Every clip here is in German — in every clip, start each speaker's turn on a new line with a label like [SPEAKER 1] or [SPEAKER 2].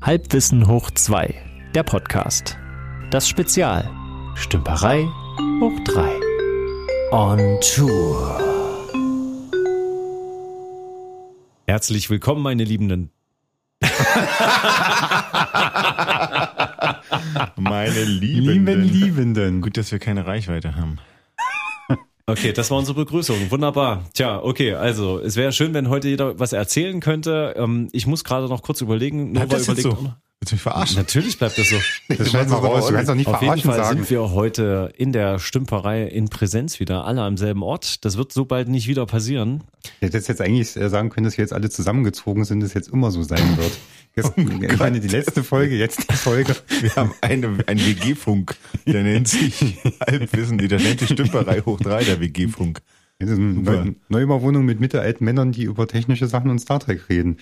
[SPEAKER 1] Halbwissen hoch 2, der Podcast. Das Spezial. Stümperei hoch 3. On Tour.
[SPEAKER 2] Herzlich willkommen, meine Liebenden.
[SPEAKER 3] Meine Liebenden.
[SPEAKER 4] Lieben Liebenden.
[SPEAKER 3] Gut, dass wir keine Reichweite haben.
[SPEAKER 2] Okay, das war unsere Begrüßung. Wunderbar. Tja, okay, also es wäre schön, wenn heute jeder was erzählen könnte. Ähm, ich muss gerade noch kurz überlegen.
[SPEAKER 3] Bleibt das jetzt
[SPEAKER 2] überlegt auch
[SPEAKER 3] so?
[SPEAKER 2] noch-
[SPEAKER 3] Willst du mich verarschen?
[SPEAKER 2] Natürlich bleibt das so.
[SPEAKER 4] Das
[SPEAKER 3] schneiden
[SPEAKER 4] schneiden wir
[SPEAKER 3] wir aber
[SPEAKER 4] raus.
[SPEAKER 3] ordentlich.
[SPEAKER 4] Du kannst doch nicht
[SPEAKER 2] Auf jeden
[SPEAKER 4] verarschen
[SPEAKER 2] Fall
[SPEAKER 4] sagen.
[SPEAKER 2] sind wir heute in der Stümperei in Präsenz wieder, alle am selben Ort. Das wird so bald nicht wieder passieren.
[SPEAKER 4] Ich hätte jetzt eigentlich äh, sagen können, dass wir jetzt alle zusammengezogen sind, das jetzt immer so sein wird.
[SPEAKER 2] Oh
[SPEAKER 4] Jetzt, ich meine, die letzte Folge, jetzt die Folge.
[SPEAKER 3] Wir haben eine, einen WG-Funk, der nennt sich Halbwissen, nee, der nennt sich Stümperei hoch drei der WG-Funk.
[SPEAKER 4] Das ist eine
[SPEAKER 3] Super.
[SPEAKER 4] Neu Neuüberwohnung mit mittelalten Männern, die über technische Sachen und Star Trek reden.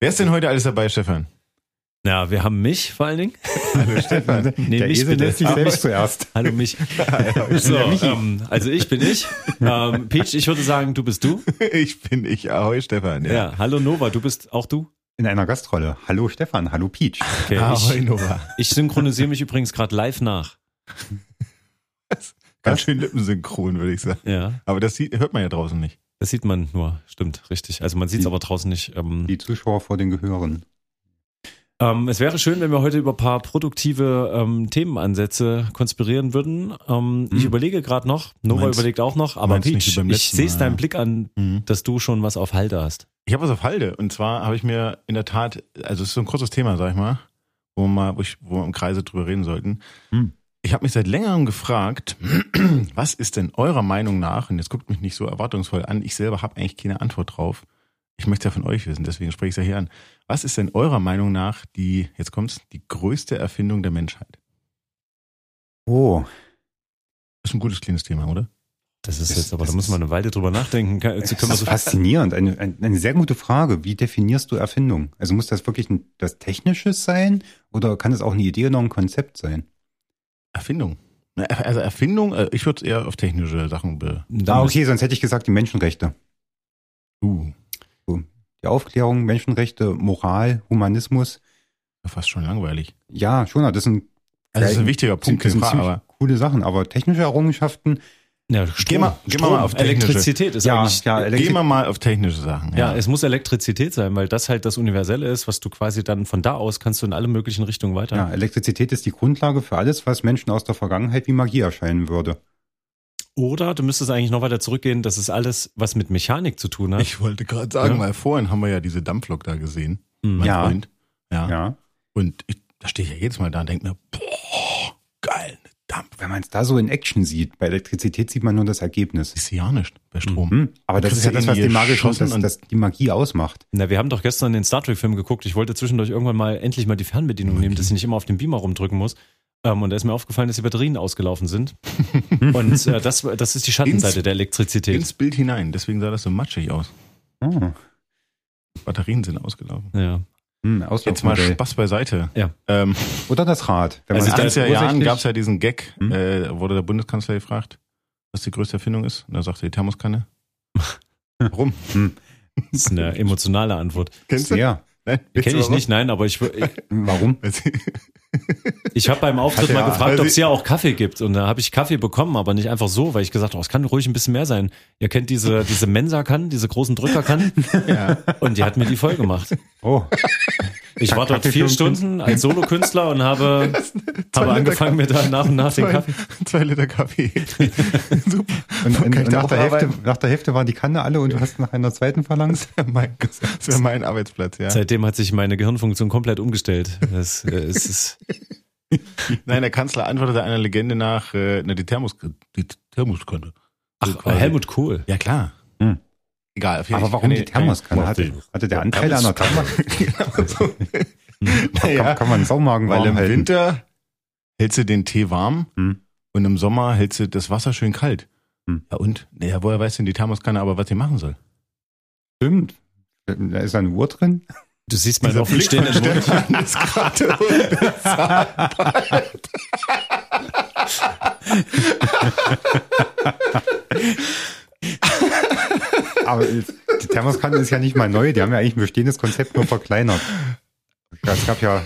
[SPEAKER 3] Wer ist denn heute alles dabei, Stefan?
[SPEAKER 2] Ja, wir haben mich vor allen Dingen.
[SPEAKER 4] Hallo Stefan.
[SPEAKER 2] Nee,
[SPEAKER 4] Der
[SPEAKER 2] mich
[SPEAKER 4] Esel
[SPEAKER 2] bitte.
[SPEAKER 4] lässt sich
[SPEAKER 2] Ah,
[SPEAKER 4] selbst zuerst.
[SPEAKER 2] Hallo mich. so, ähm, also ich bin ich. Ähm, Peach, ich würde sagen, du bist du.
[SPEAKER 3] Ich bin ich. Ahoi, Stefan.
[SPEAKER 2] Ja. hallo Nova, du bist auch du.
[SPEAKER 4] In einer Gastrolle. Hallo Stefan, hallo Peach.
[SPEAKER 2] Okay,
[SPEAKER 3] Ahoi,
[SPEAKER 2] ich,
[SPEAKER 3] Nova.
[SPEAKER 2] ich synchronisiere mich übrigens gerade live nach.
[SPEAKER 3] Ganz schön lippensynchron, würde ich sagen.
[SPEAKER 2] Ja,
[SPEAKER 3] Aber das sieht, hört man ja draußen nicht.
[SPEAKER 2] das sieht man nur. Stimmt, richtig. Also man sieht es aber draußen nicht. Ähm,
[SPEAKER 4] Die Zuschauer vor den Gehören.
[SPEAKER 2] Ähm, es wäre schön, wenn wir heute über ein paar produktive ähm, Themenansätze konspirieren würden. Ähm, Ich überlege gerade noch, Nova
[SPEAKER 3] Meinst-
[SPEAKER 2] überlegt auch noch, aber
[SPEAKER 3] meinst nicht wie
[SPEAKER 2] Peach,
[SPEAKER 3] beim
[SPEAKER 2] ich
[SPEAKER 3] letzten
[SPEAKER 2] sehe es
[SPEAKER 3] Mal,
[SPEAKER 2] deinem
[SPEAKER 3] ja.
[SPEAKER 2] Blick an,
[SPEAKER 3] Mhm.
[SPEAKER 2] dass du schon was auf Halde hast.
[SPEAKER 3] Ich habe was auf Halde. Und zwar habe ich mir in der Tat, also es ist so ein kurzes Thema, sag ich mal, wo wir, mal, wo ich, wo wir im Kreise drüber reden sollten.
[SPEAKER 4] Hm.
[SPEAKER 3] Ich habe mich seit längerem gefragt, was ist denn eurer Meinung nach, und jetzt guckt mich nicht so erwartungsvoll an, ich selber habe eigentlich keine Antwort drauf. Ich möchte es ja von euch wissen, deswegen spreche ich es ja hier an. Was ist denn eurer Meinung nach die, jetzt kommt's, die größte Erfindung der Menschheit?
[SPEAKER 4] Oh,
[SPEAKER 3] Ist ein gutes kleines Thema, oder?
[SPEAKER 2] Das ist
[SPEAKER 4] Das-
[SPEAKER 2] jetzt aber, da
[SPEAKER 4] das
[SPEAKER 2] muss man eine Weile drüber nachdenken. Kann,
[SPEAKER 4] das
[SPEAKER 2] können wir
[SPEAKER 4] ist
[SPEAKER 2] so,
[SPEAKER 4] faszinierend. Eine, eine, eine sehr gute Frage. Wie definierst du Erfindung? Also muss das wirklich ein, was Technisches sein oder kann es auch eine Idee oder ein Konzept sein?
[SPEAKER 3] Erfindung. Na, er- Also Erfindung, äh, ich würde es eher auf technische Sachen be.
[SPEAKER 2] Dann
[SPEAKER 4] Ah,
[SPEAKER 2] müssen-
[SPEAKER 4] okay, sonst hätte ich gesagt die Menschenrechte.
[SPEAKER 3] Uh,
[SPEAKER 4] Die Aufklärung, Menschenrechte, Moral, Humanismus.
[SPEAKER 3] fast schon langweilig.
[SPEAKER 4] Ja, schon, das sind,
[SPEAKER 3] Also das ist ein
[SPEAKER 4] Ja,
[SPEAKER 3] wichtiger Punkt,
[SPEAKER 4] das sind
[SPEAKER 3] klar,
[SPEAKER 4] ziemlich
[SPEAKER 3] aber
[SPEAKER 4] coole Sachen, aber technische Errungenschaften,
[SPEAKER 2] Ja, Strom,
[SPEAKER 3] Geh mal- geh mal
[SPEAKER 2] Strom,
[SPEAKER 3] auf technische.
[SPEAKER 2] Elektrizität ist
[SPEAKER 4] ja,
[SPEAKER 2] eigentlich.
[SPEAKER 4] ja,
[SPEAKER 3] gehen wir
[SPEAKER 4] Elektri
[SPEAKER 3] mal auf technische Sachen.
[SPEAKER 2] Ja, es muss Elektrizität sein, weil das halt das Universelle ist, was du quasi dann von da aus kannst du in alle möglichen Richtungen weiter.
[SPEAKER 4] ja, Elektrizität ist die Grundlage für alles, was Menschen aus der Vergangenheit wie Magie erscheinen würde.
[SPEAKER 2] Oder du müsstest eigentlich noch weiter zurückgehen, das ist alles, was mit Mechanik zu tun hat.
[SPEAKER 3] Ich wollte gerade sagen,
[SPEAKER 2] Ja.
[SPEAKER 3] weil vorhin haben wir ja diese Dampflok da gesehen,
[SPEAKER 2] Mhm.
[SPEAKER 3] mein
[SPEAKER 4] Ja.
[SPEAKER 3] Freund. Ja.
[SPEAKER 4] Ja.
[SPEAKER 3] Und ich, da stehe ich ja jedes Mal da und denke mir, boah, geil, eine Dampf.
[SPEAKER 4] Wenn man es da so in Action sieht, bei Elektrizität sieht man nur das Ergebnis.
[SPEAKER 3] Ist ja nicht bei Strom.
[SPEAKER 2] Mhm.
[SPEAKER 4] Hm? Aber das
[SPEAKER 3] Kriegst
[SPEAKER 4] ist ja
[SPEAKER 3] du
[SPEAKER 4] das,
[SPEAKER 3] in
[SPEAKER 4] was
[SPEAKER 3] die
[SPEAKER 4] die Magie,
[SPEAKER 3] geschossen
[SPEAKER 4] das,
[SPEAKER 3] und-
[SPEAKER 4] das die Magie ausmacht.
[SPEAKER 2] Na, wir haben doch gestern den Star Trek-Film geguckt. Ich wollte zwischendurch irgendwann mal endlich mal die Fernbedienung nehmen, dass ich nicht immer auf den Beamer rumdrücken muss. Ähm, und da ist mir aufgefallen, dass die Batterien ausgelaufen sind. und äh, das, das ist die Schattenseite
[SPEAKER 3] Ins-
[SPEAKER 2] der Elektrizität.
[SPEAKER 3] Ins Bild hinein, deswegen sah das so matschig aus.
[SPEAKER 4] Oh.
[SPEAKER 3] Batterien sind ausgelaufen.
[SPEAKER 2] ja.
[SPEAKER 4] Hm,
[SPEAKER 3] Jetzt mal
[SPEAKER 4] Auslaufmodell.
[SPEAKER 3] Spaß beiseite.
[SPEAKER 2] Ja.
[SPEAKER 3] Ähm,
[SPEAKER 4] Oder das Rad. Wenn
[SPEAKER 3] in den
[SPEAKER 4] man es
[SPEAKER 3] 80er Jahren
[SPEAKER 4] ursächlich-
[SPEAKER 3] gab es ja diesen Gag,
[SPEAKER 4] Hm?
[SPEAKER 3] äh, wurde der Bundeskanzler gefragt, was die größte Erfindung ist. Und da sagte die Thermoskanne. Warum?
[SPEAKER 4] Hm.
[SPEAKER 2] Das ist eine emotionale Antwort.
[SPEAKER 3] Kennst du?
[SPEAKER 4] Ja.
[SPEAKER 3] Nein,
[SPEAKER 2] Kenne ich nicht, nein, aber ich, ich,
[SPEAKER 4] Warum?
[SPEAKER 2] ich habe beim Auftritt
[SPEAKER 4] Hat
[SPEAKER 2] mal
[SPEAKER 4] er-
[SPEAKER 2] gefragt,
[SPEAKER 3] also-
[SPEAKER 2] ob es ja auch Kaffee gibt. Und da habe ich Kaffee bekommen, aber nicht einfach so, weil ich gesagt habe, es kann ruhig ein bisschen mehr sein. Ihr kennt diese, diese Mensa-Kannen, diese großen Drückerkannen.
[SPEAKER 3] Ja.
[SPEAKER 2] Und die hat mir die voll gemacht.
[SPEAKER 4] Oh.
[SPEAKER 2] Ich war dort vier
[SPEAKER 4] Kaffee für einen
[SPEAKER 2] Stunden als Solokünstler und habe, habe angefangen, mir da nach und nach den Kaffee
[SPEAKER 3] Zwei Liter Kaffee. Super.
[SPEAKER 4] Und, und,
[SPEAKER 3] Kann ich
[SPEAKER 4] und nach, der Hälfte,
[SPEAKER 3] nacharbeiten?
[SPEAKER 4] nach der Hälfte waren die Kanne alle und du hast nach einer zweiten verlangt.
[SPEAKER 3] mein, das wäre mein Arbeitsplatz, ja.
[SPEAKER 2] Seitdem hat sich meine Gehirnfunktion komplett umgestellt. Das, äh, es ist,
[SPEAKER 3] Nein, der Kanzler antwortete einer Legende nach, äh, na, die Thermos, die Thermoskanne. So
[SPEAKER 2] ach,
[SPEAKER 3] quasi.
[SPEAKER 2] Helmut Kohl.
[SPEAKER 3] Ja, klar.
[SPEAKER 4] Hm.
[SPEAKER 3] Egal. auf jeden
[SPEAKER 4] Aber
[SPEAKER 3] Fall.
[SPEAKER 4] warum
[SPEAKER 3] Nee,
[SPEAKER 4] die Thermoskanne? Hatte, hatte der Anteil an der Thermoskanne?
[SPEAKER 3] Genau so.
[SPEAKER 4] Hm. Kann,
[SPEAKER 3] naja,
[SPEAKER 4] kann man den Saumagen
[SPEAKER 3] weil
[SPEAKER 4] warm
[SPEAKER 3] im
[SPEAKER 4] halten?
[SPEAKER 3] Winter hältst du den Tee warm
[SPEAKER 4] Hm.
[SPEAKER 3] und im Sommer hältst du das Wasser schön kalt.
[SPEAKER 4] Hm.
[SPEAKER 3] Ja, und? Naja, woher weiß denn die Thermoskanne aber, was sie machen soll?
[SPEAKER 4] Stimmt. Da ist eine Uhr drin.
[SPEAKER 2] Du siehst meinen offen stehenden Mund.
[SPEAKER 3] Stefan ist gerade
[SPEAKER 4] Aber jetzt- die Thermoskanne ist ja nicht mal neu. Die haben ja eigentlich ein bestehendes Konzept nur verkleinert. Ja, Es gab ja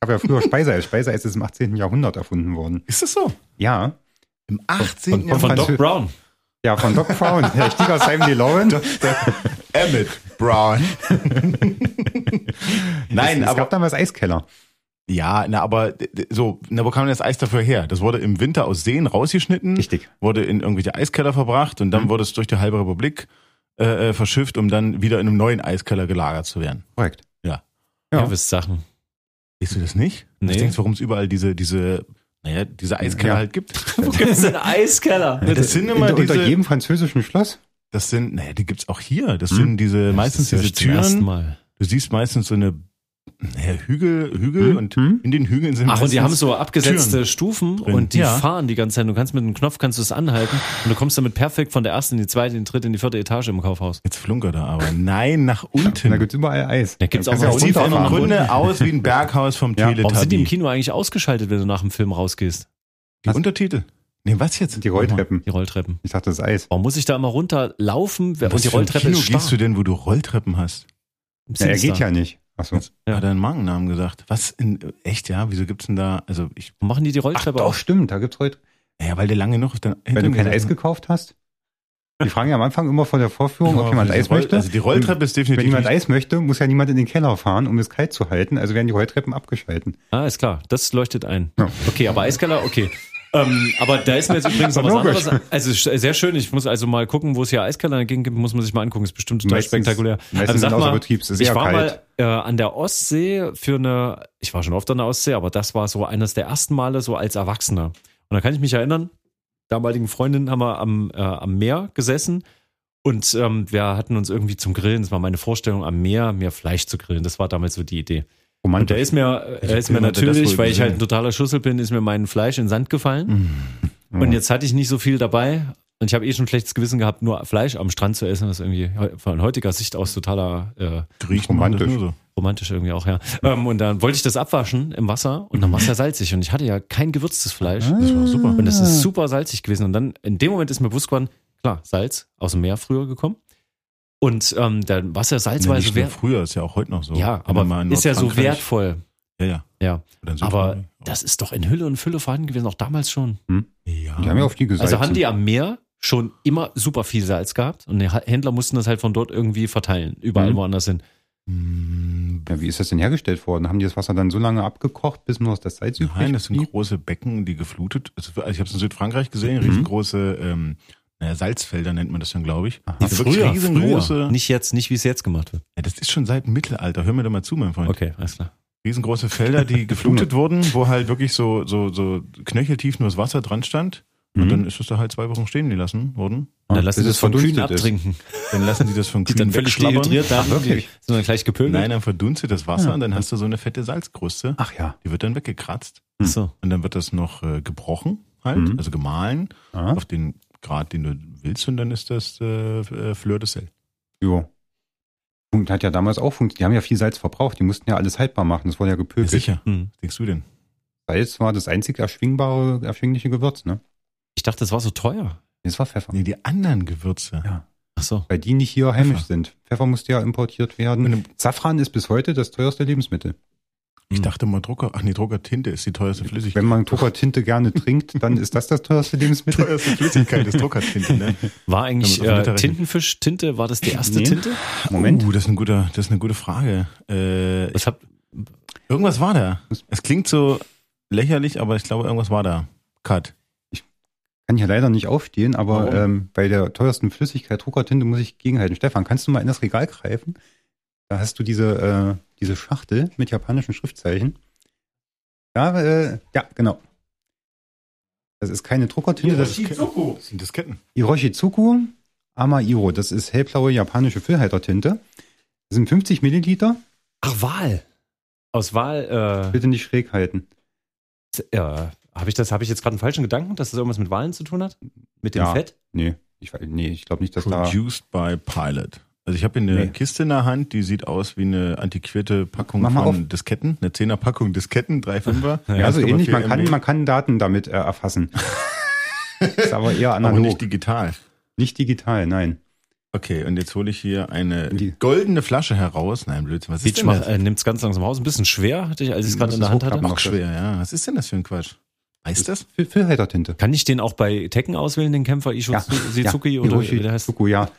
[SPEAKER 4] gab ja früher Speiseeis. Speiseeis ist im 18. Jahrhundert erfunden worden.
[SPEAKER 3] Ist das so?
[SPEAKER 4] Ja,
[SPEAKER 3] Im 18.
[SPEAKER 2] Von, von Doc
[SPEAKER 4] Franzö-
[SPEAKER 2] Brown.
[SPEAKER 4] ja, von Doc Brown, der Sticker Simon DeLauren.
[SPEAKER 3] Emmett Brown. Nein,
[SPEAKER 4] es, es
[SPEAKER 3] aber
[SPEAKER 4] gab damals Eiskeller.
[SPEAKER 3] ja, na, aber d- d- so, na, wo kam denn das Eis dafür her? Das wurde im Winter aus Seen rausgeschnitten,
[SPEAKER 4] Richtig.
[SPEAKER 3] wurde in irgendwelche Eiskeller verbracht und
[SPEAKER 2] Mhm.
[SPEAKER 3] dann wurde es durch die halbe Republik äh, äh, verschifft, um dann wieder in einem neuen Eiskeller gelagert zu werden.
[SPEAKER 4] Korrekt.
[SPEAKER 2] Ja.
[SPEAKER 4] Ja.
[SPEAKER 2] Ihr wisst Sachen.
[SPEAKER 3] Siehst du das nicht?
[SPEAKER 2] Nee.
[SPEAKER 3] Ich denke, warum es überall diese, diese, naja, diese Eiskeller
[SPEAKER 4] Ja.
[SPEAKER 3] halt gibt.
[SPEAKER 2] Wo gibt es einen Eiskeller?
[SPEAKER 3] Das sind immer
[SPEAKER 4] Unter, unter
[SPEAKER 3] diese,
[SPEAKER 4] jedem französischen Schloss.
[SPEAKER 3] das sind, naja, die gibt's auch hier. Das
[SPEAKER 4] Hm?
[SPEAKER 3] sind diese, meistens
[SPEAKER 2] Das
[SPEAKER 3] diese
[SPEAKER 2] ist ja zum ersten
[SPEAKER 3] Türen.
[SPEAKER 2] Mal.
[SPEAKER 3] Du siehst meistens so eine, naja, Hügel, Hügel
[SPEAKER 4] Hm?
[SPEAKER 3] und
[SPEAKER 4] Hm?
[SPEAKER 3] in den Hügeln sind
[SPEAKER 2] Ach, und die haben
[SPEAKER 3] meistens-
[SPEAKER 2] so abgesetzte
[SPEAKER 3] Türen
[SPEAKER 2] Stufen
[SPEAKER 3] drin.
[SPEAKER 2] und die
[SPEAKER 3] Ja.
[SPEAKER 2] fahren die ganze Zeit. Du kannst mit einem Knopf kannst du es anhalten und du kommst damit perfekt von der ersten in die zweite, in die dritte, in die vierte Etage im Kaufhaus.
[SPEAKER 3] Jetzt flunkert er aber. Nein, nach
[SPEAKER 4] Und da
[SPEAKER 3] unten.
[SPEAKER 4] gibt's überall Eis.
[SPEAKER 2] Da gibt's
[SPEAKER 4] Kannst
[SPEAKER 2] auch
[SPEAKER 4] ja
[SPEAKER 2] noch
[SPEAKER 3] Sieht
[SPEAKER 2] runterfahren.
[SPEAKER 3] im
[SPEAKER 2] nach
[SPEAKER 4] runterfahren.
[SPEAKER 3] Grunde aus wie ein Berghaus vom
[SPEAKER 4] Ja, warum
[SPEAKER 2] Warum sind die im
[SPEAKER 3] Teletubby.
[SPEAKER 2] Kino eigentlich ausgeschaltet, wenn du nach dem Film rausgehst?
[SPEAKER 3] Die Untertitel? Nee, was jetzt?
[SPEAKER 4] Die Rolltreppen.
[SPEAKER 2] Die Rolltreppen.
[SPEAKER 4] Ich dachte, das ist Eis.
[SPEAKER 2] Warum muss ich da immer runterlaufen?
[SPEAKER 3] Was
[SPEAKER 2] Und die
[SPEAKER 3] für ein
[SPEAKER 2] Rolltreppe
[SPEAKER 3] Kino
[SPEAKER 2] ist stark.
[SPEAKER 3] gehst du denn, wo du Rolltreppen hast?
[SPEAKER 2] Im
[SPEAKER 4] Ja, er geht
[SPEAKER 2] Singstar.
[SPEAKER 4] ja nicht. Achso.
[SPEAKER 2] Ja.
[SPEAKER 3] Hat er einen Markennamen gesagt. Was? In, echt, ja? Wieso gibt's denn da, also ich,
[SPEAKER 2] Warum machen die die Rolltreppe
[SPEAKER 4] Doch,
[SPEAKER 2] auf?
[SPEAKER 4] stimmt. Da gibt's Rolltreppen.
[SPEAKER 3] naja, weil der lange noch dann
[SPEAKER 4] Wenn du kein Eis
[SPEAKER 2] ne?
[SPEAKER 4] gekauft hast. Die fragen ja am Anfang immer vor der Vorführung, ob jemand Eis möchte.
[SPEAKER 3] Also die Rolltreppe ist definitiv
[SPEAKER 4] Wenn jemand
[SPEAKER 3] nicht-
[SPEAKER 4] Eis möchte, muss ja niemand in den Keller fahren, um es kalt zu halten. Also werden die Rolltreppen abgeschalten.
[SPEAKER 2] Ah, ist klar. Das leuchtet ein.
[SPEAKER 4] Ja.
[SPEAKER 2] Okay, aber Eiskeller, okay. Ähm, aber da ist mir jetzt übrigens noch was
[SPEAKER 4] Aber
[SPEAKER 2] anderes.
[SPEAKER 4] logisch.
[SPEAKER 2] Also sch- sehr schön. Ich muss also mal gucken, wo es hier Eiskeller dagegen gibt, muss man sich mal angucken. Ist bestimmt total
[SPEAKER 4] Meistens-
[SPEAKER 2] spektakulär.
[SPEAKER 4] meistens
[SPEAKER 2] Aber sag
[SPEAKER 4] sind außer
[SPEAKER 2] mal,
[SPEAKER 4] Betriebs, ist
[SPEAKER 2] ich
[SPEAKER 4] eher
[SPEAKER 2] war
[SPEAKER 4] kalt.
[SPEAKER 2] mal äh, an der Ostsee für eine, ich war schon oft an der Ostsee, aber das war so eines der ersten Male so als Erwachsener. Und da kann ich mich erinnern, damaligen Freundin haben wir am, äh, am Meer gesessen und ähm, wir hatten uns irgendwie zum Grillen, das war meine Vorstellung, am Meer mehr Fleisch zu grillen. Das war damals so die Idee. Und da
[SPEAKER 4] Romantisch.
[SPEAKER 2] ist mir,
[SPEAKER 3] Ich
[SPEAKER 2] da ist
[SPEAKER 3] hab
[SPEAKER 2] mir
[SPEAKER 3] immer das
[SPEAKER 2] natürlich,
[SPEAKER 3] wohl
[SPEAKER 2] weil ich halt
[SPEAKER 3] gesehen.
[SPEAKER 2] ein totaler Schüssel bin, ist mir mein Fleisch in den Sand gefallen. Und jetzt hatte ich nicht so viel dabei. Und ich habe eh schon ein schlechtes Gewissen gehabt, nur Fleisch am Strand zu essen, was irgendwie heu- von heutiger Sicht aus totaler äh,
[SPEAKER 3] Griechen machen das
[SPEAKER 4] romantisch.
[SPEAKER 3] nur so.
[SPEAKER 2] romantisch irgendwie auch, ja. Ähm, und dann wollte ich das abwaschen im Wasser und dann war es ja salzig. Und ich hatte ja kein gewürztes Fleisch.
[SPEAKER 3] Das war super.
[SPEAKER 2] Und das ist super salzig gewesen. Und dann in dem Moment ist mir bewusst geworden, klar, Salz aus dem Meer früher gekommen. Und ähm, dann war es ja
[SPEAKER 3] Ja, nicht
[SPEAKER 2] salzweise
[SPEAKER 3] nur
[SPEAKER 2] wert.
[SPEAKER 3] früher, ist ja auch heute noch so.
[SPEAKER 2] Ja,
[SPEAKER 3] Wenn man
[SPEAKER 2] aber
[SPEAKER 3] mal in
[SPEAKER 2] ist ja so
[SPEAKER 3] Nordfrankreich-
[SPEAKER 2] wertvoll.
[SPEAKER 3] Ja, ja.
[SPEAKER 2] Ja.
[SPEAKER 3] Oder in
[SPEAKER 2] Aber
[SPEAKER 3] Südfrankreich.
[SPEAKER 2] das ist doch in Hülle und Fülle vorhanden gewesen, auch damals schon.
[SPEAKER 3] ja.
[SPEAKER 4] Die haben ja auf die gesagt.
[SPEAKER 2] Also haben die am Meer schon immer super viel Salz gehabt und die Händler mussten das halt von dort irgendwie verteilen, überall
[SPEAKER 4] Mhm.
[SPEAKER 2] woanders hin.
[SPEAKER 3] Hm,
[SPEAKER 4] ja, wie ist das denn hergestellt worden? Haben die das Wasser dann so lange abgekocht, bis nur aus das Salz übrig
[SPEAKER 3] Nein, das sind
[SPEAKER 4] blieb? Mhm.
[SPEAKER 3] große Becken, die geflutet. Also ich habe es in Südfrankreich gesehen, riesengroße ähm, naja, Salzfelder nennt man das dann, glaube ich. Die riesengroße.
[SPEAKER 2] Nicht jetzt, nicht wie es jetzt gemacht wird.
[SPEAKER 3] Ja, das ist schon seit dem Mittelalter. Hör mir da mal zu, mein Freund.
[SPEAKER 2] Okay, alles klar.
[SPEAKER 3] Riesengroße Felder, die geflutet wurden, wo halt wirklich so so so knöcheltief nur das Wasser dran stand. Und
[SPEAKER 4] Mhm.
[SPEAKER 3] dann ist es da halt zwei Wochen stehen gelassen worden.
[SPEAKER 4] Ja,
[SPEAKER 2] dann lassen
[SPEAKER 4] bis
[SPEAKER 2] sie
[SPEAKER 4] es
[SPEAKER 2] das von Kühen
[SPEAKER 4] verdunstet ist.
[SPEAKER 2] abtrinken.
[SPEAKER 3] Dann lassen die das von
[SPEAKER 2] Die dann
[SPEAKER 3] Kühen
[SPEAKER 2] völlig
[SPEAKER 3] wegschlabbern.
[SPEAKER 2] dehydriert da,
[SPEAKER 4] wirklich?
[SPEAKER 2] sondern gleich gepöbelt.
[SPEAKER 3] Nein, dann verdunstet das Wasser
[SPEAKER 4] Ja.
[SPEAKER 3] und dann hast du so eine fette Salzkruste.
[SPEAKER 4] Ach ja.
[SPEAKER 3] Die wird dann weggekratzt
[SPEAKER 2] Ach so.
[SPEAKER 3] und dann wird das noch äh, gebrochen halt,
[SPEAKER 4] Mhm.
[SPEAKER 3] also gemahlen
[SPEAKER 4] Ah,
[SPEAKER 3] auf den Grad, den du willst und dann ist das äh, äh, Fleur de Sel.
[SPEAKER 4] jo. Und hat ja damals auch funktioniert. Die haben ja viel Salz verbraucht. Die mussten ja alles haltbar machen. Das wurde ja
[SPEAKER 3] Ja,
[SPEAKER 4] gepökelt.
[SPEAKER 3] sicher.
[SPEAKER 2] Hm.
[SPEAKER 3] Was denkst du denn?
[SPEAKER 4] Salz war das einzig erschwingbare, erschwingliche Gewürz, ne?
[SPEAKER 2] Ich dachte, das war so teuer.
[SPEAKER 4] Das war Pfeffer.
[SPEAKER 3] Nee, die anderen Gewürze.
[SPEAKER 4] Ja.
[SPEAKER 2] Ach so.
[SPEAKER 4] Weil die nicht hier heimisch
[SPEAKER 3] Pfeffer.
[SPEAKER 4] sind. Pfeffer musste ja importiert werden.
[SPEAKER 3] Mit einem-
[SPEAKER 4] Safran ist bis heute das teuerste Lebensmittel.
[SPEAKER 3] Ich
[SPEAKER 2] Hm.
[SPEAKER 3] dachte mal Drucker, ach nee, Druckertinte ist die teuerste Flüssigkeit.
[SPEAKER 4] Wenn man Druckertinte gerne trinkt, dann ist das das teuerste
[SPEAKER 3] Die
[SPEAKER 4] Lebensmittel.
[SPEAKER 3] teuerste Flüssigkeit ist Druckertinte, ne?
[SPEAKER 2] War eigentlich
[SPEAKER 3] Damit auf
[SPEAKER 2] äh,
[SPEAKER 3] Liter rechnen.
[SPEAKER 2] Tintenfisch, Tinte, war das die erste
[SPEAKER 4] Nee.
[SPEAKER 2] Tinte?
[SPEAKER 4] Moment.
[SPEAKER 3] Uh, das ist ein guter, das ist eine gute Frage. Äh,
[SPEAKER 2] Was habt,
[SPEAKER 3] irgendwas war da. Es klingt so lächerlich, aber ich glaube, irgendwas war da. Cut.
[SPEAKER 4] Kann hier leider nicht aufstehen, aber
[SPEAKER 3] Warum?
[SPEAKER 4] ähm, bei der teuersten Flüssigkeit Druckertinte muss ich gegenhalten. Stefan, kannst du mal in das Regal greifen? Da hast du diese, äh, diese Schachtel mit japanischen Schriftzeichen. Ja, äh, ja, genau. Das ist keine Druckertinte, das ist
[SPEAKER 3] Disketten. Das sind Disketten.
[SPEAKER 4] Hiroshizuku Amairo. Das ist hellblaue japanische Füllhaltertinte. Das sind 50 Milliliter.
[SPEAKER 2] ach, Wahl. Aus Wahl, äh,
[SPEAKER 4] Bitte nicht schräg halten.
[SPEAKER 2] ja, habe ich das, habe ich jetzt gerade einen falschen Gedanken, dass das irgendwas mit Wahlen zu tun hat? Mit dem
[SPEAKER 4] Ja.
[SPEAKER 2] Fett?
[SPEAKER 4] Nee, ich, weiß- nee, ich glaube nicht, dass da.
[SPEAKER 3] Produced by Pilot. Also ich habe hier eine
[SPEAKER 4] Nee.
[SPEAKER 3] Kiste in der Hand, die sieht aus wie eine antiquierte Packung
[SPEAKER 4] Mach mal
[SPEAKER 3] von
[SPEAKER 4] auf.
[SPEAKER 3] Disketten, eine 10er Packung Disketten, 3 5er.
[SPEAKER 4] Ja, so ähnlich. Man kann,
[SPEAKER 3] 1,4
[SPEAKER 4] man kann Daten damit äh, erfassen. ist aber eher
[SPEAKER 3] MB, aber
[SPEAKER 4] analog.
[SPEAKER 3] nicht
[SPEAKER 4] nicht,
[SPEAKER 3] digital.
[SPEAKER 4] digital, nein.
[SPEAKER 3] Okay, und jetzt hole ich hier eine
[SPEAKER 4] Die-
[SPEAKER 3] goldene Flasche heraus. Nein, Blödsinn. Was ist
[SPEAKER 2] Beach
[SPEAKER 3] denn das?
[SPEAKER 2] macht- äh, nimmt es ganz langsam raus. Ein bisschen schwer, hatte ich, als ich es
[SPEAKER 4] Du
[SPEAKER 2] gerade
[SPEAKER 4] musst
[SPEAKER 2] in der
[SPEAKER 4] es
[SPEAKER 2] Hand hatte.
[SPEAKER 4] hochklappen.
[SPEAKER 3] Auch schwer, ja. Was ist denn das für ein Quatsch? Weißt du das?
[SPEAKER 4] Für, für Heitertinte.
[SPEAKER 2] Kann ich den auch bei Tekken auswählen, den Kämpfer Ishizuki oder wie der heißt?
[SPEAKER 4] Suku, ja.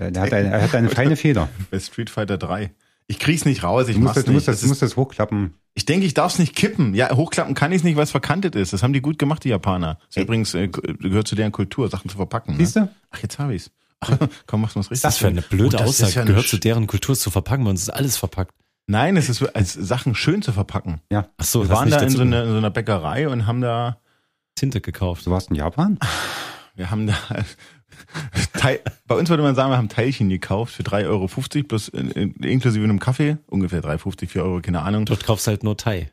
[SPEAKER 4] Äh, Der hat eine, er hat eine feine Feder.
[SPEAKER 3] Bei Street Fighter 3. Ich krieg's nicht raus, ich
[SPEAKER 4] Du musst,
[SPEAKER 3] mach's
[SPEAKER 4] das, du
[SPEAKER 3] nicht.
[SPEAKER 4] musst, das,
[SPEAKER 3] Das
[SPEAKER 4] du
[SPEAKER 3] ist,
[SPEAKER 4] musst das hochklappen.
[SPEAKER 3] ich denke, ich darf's nicht kippen. Ja, hochklappen kann ich's nicht, weil es verkantet ist. Das haben die gut gemacht, die Japaner. Das ist übrigens äh, gehört zu deren Kultur, Sachen zu verpacken. Ne?
[SPEAKER 4] Siehst du?
[SPEAKER 3] Ach, jetzt hab ich's. Komm, mach's mal richtig.
[SPEAKER 2] Das ist für eine blöde
[SPEAKER 3] Oh, das ist
[SPEAKER 2] Aussage.
[SPEAKER 3] ja eine
[SPEAKER 2] Gehört zu
[SPEAKER 3] Sch-
[SPEAKER 2] deren Kultur es zu verpacken, bei uns ist alles verpackt.
[SPEAKER 3] Nein, es ist als Sachen schön zu verpacken.
[SPEAKER 4] Ja.
[SPEAKER 2] Ach so,
[SPEAKER 3] Wir
[SPEAKER 2] das
[SPEAKER 3] waren
[SPEAKER 2] nicht
[SPEAKER 3] da in
[SPEAKER 2] dazu
[SPEAKER 3] so, einer- in so einer Bäckerei und haben da,
[SPEAKER 2] Tinte gekauft.
[SPEAKER 4] Du warst in Japan?
[SPEAKER 3] wir haben da, Teil, bei uns würde man sagen, wir haben Teilchen gekauft für 3,50 Euro plus in, in, inklusive einem Kaffee, ungefähr 3,50, 4 Euro, keine Ahnung.
[SPEAKER 2] Dort kaufst du halt nur Thai.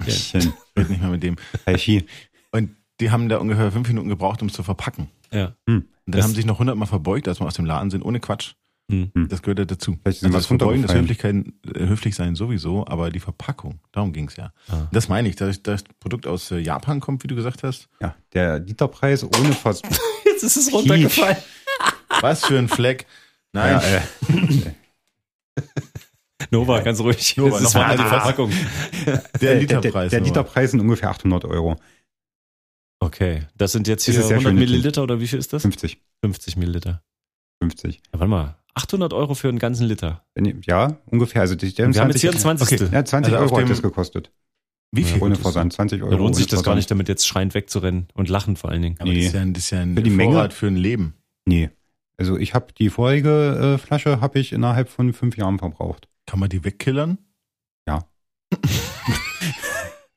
[SPEAKER 4] Schön.
[SPEAKER 3] Ich rede nicht mehr mit dem.
[SPEAKER 4] Taichi.
[SPEAKER 3] Und die haben da ungefähr fünf Minuten gebraucht, um es zu verpacken.
[SPEAKER 2] Ja.
[SPEAKER 3] Und dann
[SPEAKER 2] Das-
[SPEAKER 3] haben sich noch hundertmal verbeugt, als wir aus dem Laden sind, ohne Quatsch.
[SPEAKER 2] Hm.
[SPEAKER 3] Das gehört ja dazu. Also
[SPEAKER 4] Vielleicht ist ihm
[SPEAKER 3] das
[SPEAKER 4] was
[SPEAKER 3] Verbeugen, das
[SPEAKER 4] runtergefallen.
[SPEAKER 3] Höflichkeiten, äh, höflich sein sowieso, aber die Verpackung, darum ging's ja.
[SPEAKER 2] Ah.
[SPEAKER 3] Das meine ich, dass das Produkt aus äh, Japan kommt, wie du gesagt hast.
[SPEAKER 4] Ja, der Literpreis ohne Vers
[SPEAKER 2] Jetzt ist es runtergefallen.
[SPEAKER 3] Was für ein Fleck. Nein,
[SPEAKER 4] Ja, äh,
[SPEAKER 2] Nova, ganz ruhig.
[SPEAKER 3] Nova,
[SPEAKER 2] das ist
[SPEAKER 3] noch mal
[SPEAKER 2] war die
[SPEAKER 3] die
[SPEAKER 2] Verpackung.
[SPEAKER 3] der
[SPEAKER 4] äh, der, der,
[SPEAKER 3] Literpreis.
[SPEAKER 4] der
[SPEAKER 3] nur.
[SPEAKER 4] Literpreis sind ungefähr 800 Euro.
[SPEAKER 2] Okay, das sind jetzt
[SPEAKER 4] Das
[SPEAKER 2] hier
[SPEAKER 4] ist sehr
[SPEAKER 2] 100
[SPEAKER 4] schöne
[SPEAKER 2] Milliliter oder wie viel ist das?
[SPEAKER 4] 50.
[SPEAKER 2] 50 Milliliter.
[SPEAKER 4] 50.
[SPEAKER 2] Ja, warte mal, 800 Euro für einen ganzen Liter.
[SPEAKER 4] Wenn ihr- Ja, ungefähr. Also die, die
[SPEAKER 2] Wir haben jetzt hier ein 20.
[SPEAKER 4] Ja, 20
[SPEAKER 3] Also auf
[SPEAKER 4] Euro hat
[SPEAKER 3] dem-
[SPEAKER 4] das gekostet.
[SPEAKER 3] Wie viel?
[SPEAKER 4] Ohne
[SPEAKER 3] Ohne das
[SPEAKER 4] Versand, 20 Euro.
[SPEAKER 2] Da lohnt sich
[SPEAKER 4] ohne
[SPEAKER 2] das gar
[SPEAKER 4] Versand.
[SPEAKER 2] nicht, damit jetzt schreiend wegzurennen und lachend vor allen Dingen.
[SPEAKER 3] Aber das ist
[SPEAKER 4] Nee.
[SPEAKER 3] oh, ja ein, das ist ja ein
[SPEAKER 4] Für die Menge?
[SPEAKER 3] Vorrat für ein Leben.
[SPEAKER 4] Nee. Also ich habe die vorige äh, Flasche habe ich innerhalb von fünf Jahren verbraucht.
[SPEAKER 3] Kann man die wegkillern?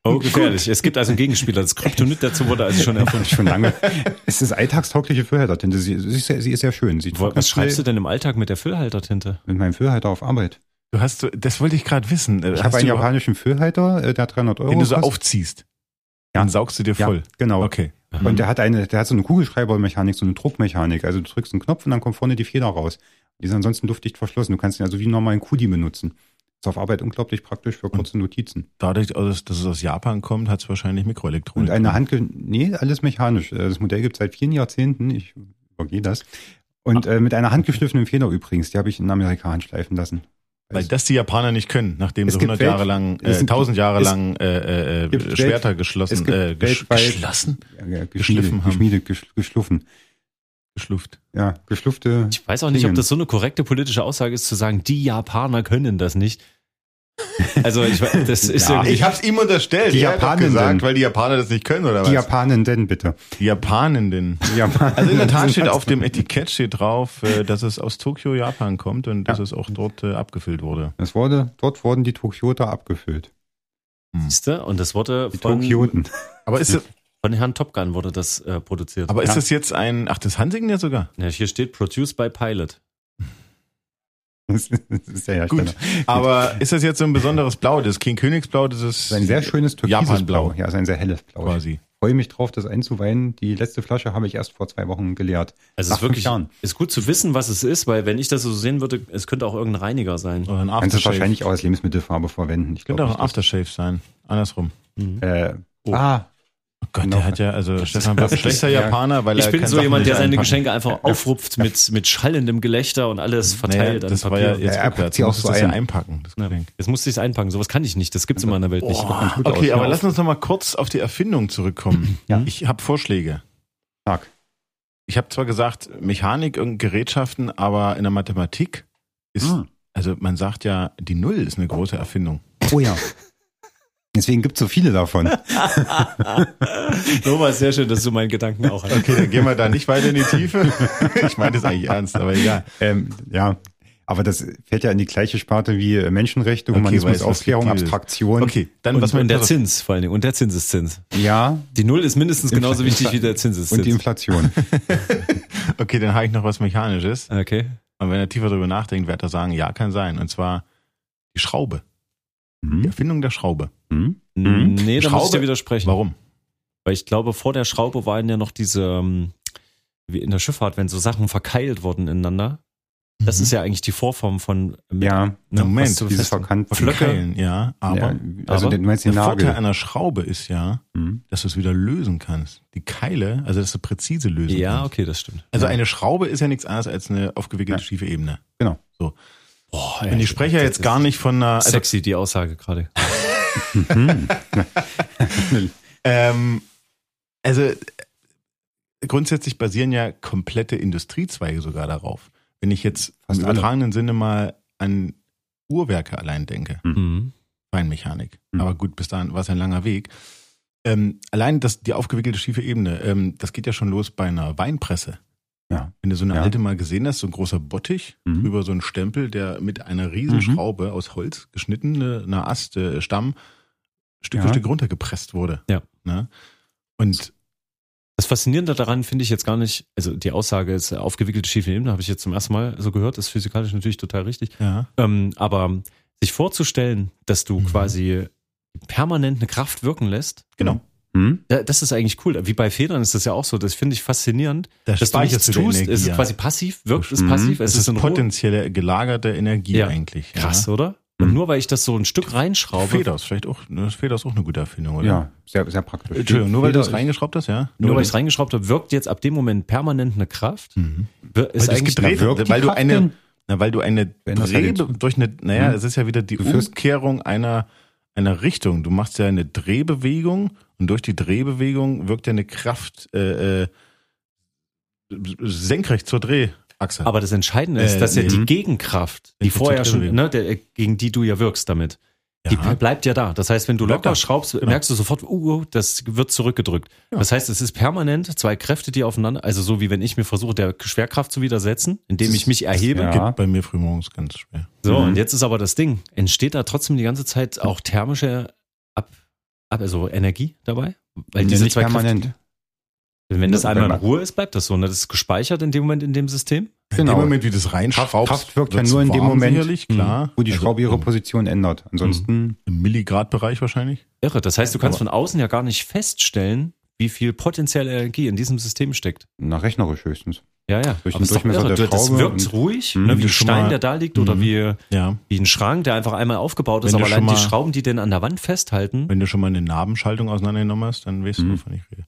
[SPEAKER 2] Oh, gefährlich. Es gibt also einen Gegenspieler. Das Kryptonit dazu wurde also schon erfunden.
[SPEAKER 4] Schon lange. es ist alltagstaugliche Füllhaltertinte. Sie, sie, ist sehr, sie ist sehr schön. Sie
[SPEAKER 2] Wo- Was schreibst du denn im Alltag mit der Füllhaltertinte?
[SPEAKER 4] Mit meinem Füllhalter auf Arbeit.
[SPEAKER 3] Du hast so, das wollte ich gerade wissen. Äh,
[SPEAKER 4] Ich
[SPEAKER 3] hast
[SPEAKER 4] habe einen
[SPEAKER 3] du überhaupt-
[SPEAKER 4] japanischen Füllhalter, äh, der hat 300 Euro.
[SPEAKER 3] wenn du so
[SPEAKER 4] gekostet.
[SPEAKER 3] aufziehst,
[SPEAKER 4] Ja.
[SPEAKER 3] dann saugst du dir
[SPEAKER 4] ja,
[SPEAKER 3] voll.
[SPEAKER 4] genau.
[SPEAKER 3] Okay.
[SPEAKER 4] Und der hat eine, der hat so eine Kugelschreibermechanik, so eine Druckmechanik. Also du drückst einen Knopf und dann kommt vorne die Feder raus. Die ist ansonsten luftdicht verschlossen. Du kannst ihn also wie einen normalen Kudi benutzen. Ist auf Arbeit unglaublich praktisch für kurze Notizen.
[SPEAKER 3] Dadurch, aus- dass es aus Japan kommt, hat es wahrscheinlich Mikroelektronik.
[SPEAKER 4] Und eine
[SPEAKER 3] drin.
[SPEAKER 4] Hand, nee, alles mechanisch. Äh, Das Modell gibt es seit vielen Jahrzehnten. Ich übergehe das. Und äh,
[SPEAKER 3] Ah,
[SPEAKER 4] mit einer handgeschliffenen Feder übrigens, die habe ich in Amerika handschleifen lassen.
[SPEAKER 3] Weil das die Japaner nicht können, nachdem
[SPEAKER 4] Es
[SPEAKER 3] sie
[SPEAKER 4] gibt
[SPEAKER 3] 100
[SPEAKER 4] Welt-
[SPEAKER 3] Jahre lang,
[SPEAKER 4] es
[SPEAKER 3] äh,
[SPEAKER 4] gibt-
[SPEAKER 3] 1000 Jahre
[SPEAKER 4] es
[SPEAKER 3] lang äh, äh,
[SPEAKER 4] gibt
[SPEAKER 3] äh,
[SPEAKER 4] Welt-
[SPEAKER 3] Schwerter
[SPEAKER 4] es
[SPEAKER 3] geschlossen,
[SPEAKER 4] gibt
[SPEAKER 3] äh, gesch
[SPEAKER 4] weltweit-
[SPEAKER 3] geschlossen,
[SPEAKER 4] Äh,
[SPEAKER 3] Geschliffen haben.
[SPEAKER 4] geschmiedet, gesch- geschliffen.
[SPEAKER 3] geschlufft.
[SPEAKER 4] Ja, geschluffte.
[SPEAKER 2] Ich weiß auch nicht, ob
[SPEAKER 4] Klingen.
[SPEAKER 2] das so eine korrekte politische Aussage ist, zu sagen, die Japaner können das nicht. Also, ich, weiß, das ist
[SPEAKER 4] Ja.
[SPEAKER 2] irgendwie.
[SPEAKER 3] Ah, Ich hab's ihm unterstellt.
[SPEAKER 4] Die
[SPEAKER 3] Er hat das
[SPEAKER 4] Japanen
[SPEAKER 3] gesagt,
[SPEAKER 4] sind-
[SPEAKER 3] weil die Japaner das nicht können oder
[SPEAKER 4] Die
[SPEAKER 3] was?
[SPEAKER 4] Japanen denn bitte.
[SPEAKER 3] Die Japanen denn.
[SPEAKER 4] Die Japanen
[SPEAKER 3] Also in der Tat
[SPEAKER 4] sind
[SPEAKER 3] steht
[SPEAKER 4] ganz-
[SPEAKER 3] auf dem Etikett steht drauf, äh, dass es aus Tokio, Japan kommt und dass es auch dort äh, abgefüllt wurde.
[SPEAKER 4] Es wurde, dort wurden die Tokyota abgefüllt.
[SPEAKER 2] Siehste? Und das wurde
[SPEAKER 4] Die
[SPEAKER 2] von,
[SPEAKER 4] Tokyoten.
[SPEAKER 3] Aber ist das,
[SPEAKER 2] von Herrn Top Gun wurde das äh, produziert.
[SPEAKER 3] aber ist
[SPEAKER 4] Ja.
[SPEAKER 3] das jetzt ein, ach, das Hansigen ja sogar?
[SPEAKER 2] ja, hier steht Produced by Pilot.
[SPEAKER 4] Das ist der Hersteller.
[SPEAKER 3] Gut. Aber ist das jetzt so ein besonderes Blau? Das King Königsblau, das ist
[SPEAKER 4] Das ist ein sehr schönes türkises
[SPEAKER 3] Japanblau.
[SPEAKER 4] Blau. Ja, es ist ein sehr helles Blau.
[SPEAKER 3] quasi.
[SPEAKER 4] Ich freue mich drauf, das einzuweihen. Die letzte Flasche habe ich erst vor zwei Wochen geleert.
[SPEAKER 2] Also, es
[SPEAKER 4] Nach
[SPEAKER 2] ist
[SPEAKER 4] fünf
[SPEAKER 2] wirklich,
[SPEAKER 4] Jahren.
[SPEAKER 2] ist gut zu wissen, was es ist, weil wenn ich das so sehen würde, es könnte auch irgendein Reiniger sein.
[SPEAKER 3] Oder ein
[SPEAKER 4] Kannst du
[SPEAKER 3] Aftershave.
[SPEAKER 4] wahrscheinlich auch als Lebensmittelfarbe verwenden. Ich
[SPEAKER 3] Könnte
[SPEAKER 4] glaube
[SPEAKER 3] auch ein Aftershave sein. Andersrum.
[SPEAKER 4] Äh,
[SPEAKER 2] Oh.
[SPEAKER 4] Ah,
[SPEAKER 3] Oh Gott,
[SPEAKER 4] Genau.
[SPEAKER 3] der hat ja, also Stefan war ein
[SPEAKER 4] ist-
[SPEAKER 3] schlechter
[SPEAKER 4] ja.
[SPEAKER 3] Japaner, weil er
[SPEAKER 2] Ich bin
[SPEAKER 3] kann
[SPEAKER 2] so
[SPEAKER 3] Sachen
[SPEAKER 2] jemand,
[SPEAKER 3] nicht
[SPEAKER 2] der seine
[SPEAKER 3] einpacken.
[SPEAKER 2] Geschenke einfach aufrupft mit, mit schallendem Gelächter und alles
[SPEAKER 3] Naja,
[SPEAKER 2] verteilt an
[SPEAKER 3] das war
[SPEAKER 2] Papier.
[SPEAKER 3] ja jetzt
[SPEAKER 4] Ja, er
[SPEAKER 3] rückwärts.
[SPEAKER 4] packt sie
[SPEAKER 3] Du
[SPEAKER 4] auch
[SPEAKER 3] musstest
[SPEAKER 4] so
[SPEAKER 3] das ja
[SPEAKER 4] ein.
[SPEAKER 3] einpacken, das Geschenk.
[SPEAKER 2] Jetzt musste ich es einpacken. Sowas kann ich nicht. Das gibt's in meiner Welt nicht.
[SPEAKER 4] doch ganz gut
[SPEAKER 3] Also, okay,
[SPEAKER 4] aus,
[SPEAKER 3] aber
[SPEAKER 4] ja.
[SPEAKER 3] lass uns nochmal kurz auf die Erfindung zurückkommen.
[SPEAKER 4] Ja.
[SPEAKER 3] Ich habe Vorschläge.
[SPEAKER 4] Tag.
[SPEAKER 3] Ich habe zwar gesagt, Mechanik und Gerätschaften, aber in der Mathematik ist,
[SPEAKER 4] Hm.
[SPEAKER 3] also man sagt ja, die Null ist eine große Erfindung.
[SPEAKER 4] Oh ja. Deswegen gibt es so viele davon.
[SPEAKER 2] Nova, sehr schön, dass du meinen Gedanken auch hast.
[SPEAKER 3] Okay, dann gehen wir da nicht weiter in die Tiefe. Ich meine das eigentlich ernst, aber egal.
[SPEAKER 4] ähm, ja. Aber das fällt ja in die gleiche Sparte wie äh, Menschenrechte,
[SPEAKER 3] Okay,
[SPEAKER 4] Humanismus,
[SPEAKER 3] weiß, was
[SPEAKER 4] Aufklärung,
[SPEAKER 3] fiktiv ist.
[SPEAKER 4] Abstraktion.
[SPEAKER 3] Okay, dann
[SPEAKER 2] Und,
[SPEAKER 3] was
[SPEAKER 2] und
[SPEAKER 3] man
[SPEAKER 2] der Zins vor allen Dingen. Und der Zinseszins.
[SPEAKER 4] Ja,
[SPEAKER 2] Die Null ist mindestens genauso
[SPEAKER 4] Infl-
[SPEAKER 2] wichtig wie der
[SPEAKER 4] und die
[SPEAKER 2] Zinseszins.
[SPEAKER 4] Inflation.
[SPEAKER 3] Okay, dann habe ich noch was Mechanisches.
[SPEAKER 2] Okay.
[SPEAKER 3] Und wenn er tiefer drüber nachdenkt, wird er sagen, ja, kann sein. Und zwar die Schraube. Die
[SPEAKER 4] Hm?
[SPEAKER 3] Erfindung der Schraube.
[SPEAKER 4] Hm?
[SPEAKER 2] Mhm.
[SPEAKER 4] Mhm.
[SPEAKER 2] Nee, da muss ich
[SPEAKER 3] Schraube-
[SPEAKER 2] dir widersprechen.
[SPEAKER 3] Warum?
[SPEAKER 2] Weil ich glaube, vor der Schraube waren ja noch diese, ähm, wie in der Schifffahrt, wenn so Sachen verkeilt wurden ineinander. Das
[SPEAKER 3] Mhm.
[SPEAKER 2] ist ja eigentlich die Vorform von mit-
[SPEAKER 4] Ja,
[SPEAKER 2] ne,
[SPEAKER 3] Moment,
[SPEAKER 2] was zu
[SPEAKER 4] diese
[SPEAKER 2] befestigen.
[SPEAKER 4] verkannten
[SPEAKER 2] Flöcke.
[SPEAKER 3] Keilen, ja, aber
[SPEAKER 4] ja, also
[SPEAKER 2] aber
[SPEAKER 4] du meinst den
[SPEAKER 3] der Vorteil
[SPEAKER 4] Nagel.
[SPEAKER 3] einer Schraube ist ja,
[SPEAKER 4] Mhm.
[SPEAKER 3] dass du es wieder lösen kannst. Die Keile, also dass du präzise lösen
[SPEAKER 2] Ja,
[SPEAKER 3] kannst.
[SPEAKER 2] okay, das stimmt.
[SPEAKER 3] Also eine Schraube ist ja nichts anderes als eine aufgewickelte
[SPEAKER 4] Ja.
[SPEAKER 3] schiefe Ebene.
[SPEAKER 4] Genau.
[SPEAKER 3] So.
[SPEAKER 2] Boah,
[SPEAKER 3] Und ich spreche ja jetzt gar nicht von einer. Also,
[SPEAKER 2] sexy, die Aussage gerade.
[SPEAKER 4] Hm?
[SPEAKER 3] ähm, also äh, grundsätzlich basieren ja komplette Industriezweige sogar darauf. Wenn ich jetzt
[SPEAKER 4] Fast
[SPEAKER 3] im
[SPEAKER 4] alle.
[SPEAKER 3] übertragenen Sinne mal an Uhrwerke allein denke.
[SPEAKER 2] Mhm.
[SPEAKER 3] Feinmechanik.
[SPEAKER 4] Mhm.
[SPEAKER 3] Aber gut, bis dahin war es ein langer Weg. Ähm, allein das, die aufgewickelte schiefe Ebene, ähm, das geht ja schon los bei einer Weinpresse.
[SPEAKER 4] Ja.
[SPEAKER 3] Wenn du so eine
[SPEAKER 4] Ja.
[SPEAKER 3] alte mal gesehen hast, so ein großer Bottich
[SPEAKER 4] Mhm.
[SPEAKER 3] über so einen Stempel, der mit einer Riesenschraube
[SPEAKER 2] Mhm.
[SPEAKER 3] aus Holz geschnitten, äh, einer Ast, äh, Stamm, Stück für
[SPEAKER 4] Ja.
[SPEAKER 3] Stück runtergepresst wurde.
[SPEAKER 2] Ja.
[SPEAKER 3] Ne? Und
[SPEAKER 2] Das Faszinierende daran finde ich jetzt gar nicht, also die Aussage ist äh, aufgewickelte schiefe Ebene, habe ich jetzt zum ersten Mal so gehört, ist physikalisch natürlich total richtig.
[SPEAKER 3] ja,
[SPEAKER 2] Ähm, aber sich vorzustellen, dass du
[SPEAKER 3] Mhm.
[SPEAKER 2] quasi permanent eine Kraft wirken lässt,
[SPEAKER 3] genau.
[SPEAKER 4] Mhm.
[SPEAKER 2] ja, das ist eigentlich cool. Wie bei Federn ist das ja auch so. Das finde ich faszinierend.
[SPEAKER 3] Da
[SPEAKER 2] Dass du nichts
[SPEAKER 3] dir
[SPEAKER 2] tust,
[SPEAKER 3] Energie,
[SPEAKER 2] es ist
[SPEAKER 3] ja.
[SPEAKER 2] quasi passiv, wirkt es
[SPEAKER 4] Mhm.
[SPEAKER 2] passiv, es
[SPEAKER 3] das
[SPEAKER 2] ist
[SPEAKER 3] ist
[SPEAKER 2] in Ruhe.
[SPEAKER 3] potenzielle gelagerte Energie
[SPEAKER 2] Ja.
[SPEAKER 3] eigentlich.
[SPEAKER 2] Krass,
[SPEAKER 3] Ja.
[SPEAKER 2] oder? Und
[SPEAKER 4] Mhm.
[SPEAKER 2] nur weil ich das so ein Stück reinschraube,
[SPEAKER 3] Feders, vielleicht auch, ne, Feders ist auch eine gute Erfindung, oder?
[SPEAKER 4] Ja, sehr, sehr praktisch.
[SPEAKER 3] Entschuldigung, nur weil du
[SPEAKER 4] Feder
[SPEAKER 3] es reingeschraubt hast, ja?
[SPEAKER 2] nur weil ich es reingeschraubt habe, wirkt jetzt ab dem Moment permanent eine Kraft.
[SPEAKER 3] Mhm.
[SPEAKER 2] Wir- Ist
[SPEAKER 3] du's
[SPEAKER 2] eigentlich
[SPEAKER 3] gedreht
[SPEAKER 4] Na, wirkt
[SPEAKER 3] hast,
[SPEAKER 4] die
[SPEAKER 3] weil du
[SPEAKER 4] Kraft
[SPEAKER 3] eine,
[SPEAKER 4] denn?
[SPEAKER 3] na, weil du eine
[SPEAKER 4] änderst halt
[SPEAKER 3] Dreh
[SPEAKER 4] den-
[SPEAKER 3] durch eine, naja,
[SPEAKER 4] Hm.
[SPEAKER 3] es ist ja wieder die
[SPEAKER 4] Du führst-
[SPEAKER 3] Umkehrung einer, einer Richtung. Du machst ja eine Drehbewegung und durch die Drehbewegung wirkt ja eine Kraft äh, äh, senkrecht zur Drehachse.
[SPEAKER 2] Aber das Entscheidende
[SPEAKER 3] Äh,
[SPEAKER 2] ist, dass ja
[SPEAKER 3] nee.
[SPEAKER 2] die Gegenkraft, die
[SPEAKER 3] Ich bin
[SPEAKER 2] vorher
[SPEAKER 3] zu
[SPEAKER 2] schon,
[SPEAKER 3] drin.
[SPEAKER 2] ne, der, gegen die du ja wirkst damit, die
[SPEAKER 3] ja,
[SPEAKER 2] bleibt ja da. Das heißt, wenn du
[SPEAKER 3] Bleibt
[SPEAKER 2] locker
[SPEAKER 3] da.
[SPEAKER 2] schraubst,
[SPEAKER 3] Genau.
[SPEAKER 2] merkst du sofort, uh, uh, das wird zurückgedrückt.
[SPEAKER 3] Ja.
[SPEAKER 2] Das heißt, es ist permanent zwei Kräfte, die aufeinander, also so wie wenn ich mir versuche, der Schwerkraft zu widersetzen, indem
[SPEAKER 3] Das-
[SPEAKER 2] ich mich erhebe.
[SPEAKER 4] ja.
[SPEAKER 3] geht bei mir frühmorgens ganz schwer.
[SPEAKER 2] So,
[SPEAKER 4] Mhm.
[SPEAKER 2] und jetzt ist aber das Ding, entsteht da trotzdem die ganze Zeit auch thermische Ab, Ab also Energie dabei? Weil
[SPEAKER 4] Ja,
[SPEAKER 2] diese
[SPEAKER 4] nicht
[SPEAKER 2] zwei Kräfte,
[SPEAKER 4] permanent.
[SPEAKER 2] wenn das
[SPEAKER 4] Ja,
[SPEAKER 2] einmal in
[SPEAKER 4] wenn man-
[SPEAKER 2] Ruhe ist, bleibt das so. Ne? Das ist gespeichert in dem Moment in dem System.
[SPEAKER 3] In
[SPEAKER 4] Genau.
[SPEAKER 3] dem Moment, wie du das reinschraubst,
[SPEAKER 4] Kraft wirkt ja
[SPEAKER 3] wird's
[SPEAKER 4] nur in dem
[SPEAKER 3] warm
[SPEAKER 4] Moment,
[SPEAKER 3] sicherlich, klar.
[SPEAKER 4] Wo die
[SPEAKER 3] Also
[SPEAKER 4] Schraube ihre
[SPEAKER 3] im-
[SPEAKER 4] Position ändert. Ansonsten,
[SPEAKER 3] Im Milligrad-Bereich wahrscheinlich.
[SPEAKER 2] Irre. Das heißt, du kannst
[SPEAKER 3] Aber-
[SPEAKER 2] von außen ja gar nicht feststellen, wie viel potenzielle Energie in diesem System steckt.
[SPEAKER 4] na, rechnerisch höchstens.
[SPEAKER 2] Ja, ja.
[SPEAKER 4] Durch den
[SPEAKER 2] ist doch
[SPEAKER 4] Durchmesser
[SPEAKER 2] irre.
[SPEAKER 4] der
[SPEAKER 2] Du- das
[SPEAKER 4] Schraube
[SPEAKER 2] wirkt
[SPEAKER 4] und-
[SPEAKER 2] ruhig,
[SPEAKER 4] Mhm.
[SPEAKER 2] ne,
[SPEAKER 3] Wenn
[SPEAKER 2] wie
[SPEAKER 3] du
[SPEAKER 2] ein
[SPEAKER 3] schon
[SPEAKER 2] Stein,
[SPEAKER 3] mal-
[SPEAKER 2] der da liegt, oder
[SPEAKER 3] Mhm.
[SPEAKER 2] wie,
[SPEAKER 3] Ja.
[SPEAKER 2] wie ein Schrank, der einfach einmal aufgebaut ist,
[SPEAKER 3] Wenn
[SPEAKER 2] aber
[SPEAKER 3] du
[SPEAKER 2] allein
[SPEAKER 3] schon
[SPEAKER 2] die
[SPEAKER 3] mal-
[SPEAKER 2] Schrauben, die den an der Wand festhalten.
[SPEAKER 3] Wenn du schon mal eine Nabenschaltung auseinandergenommen hast, dann weißt du,
[SPEAKER 4] Mhm.
[SPEAKER 3] wovon ich rede.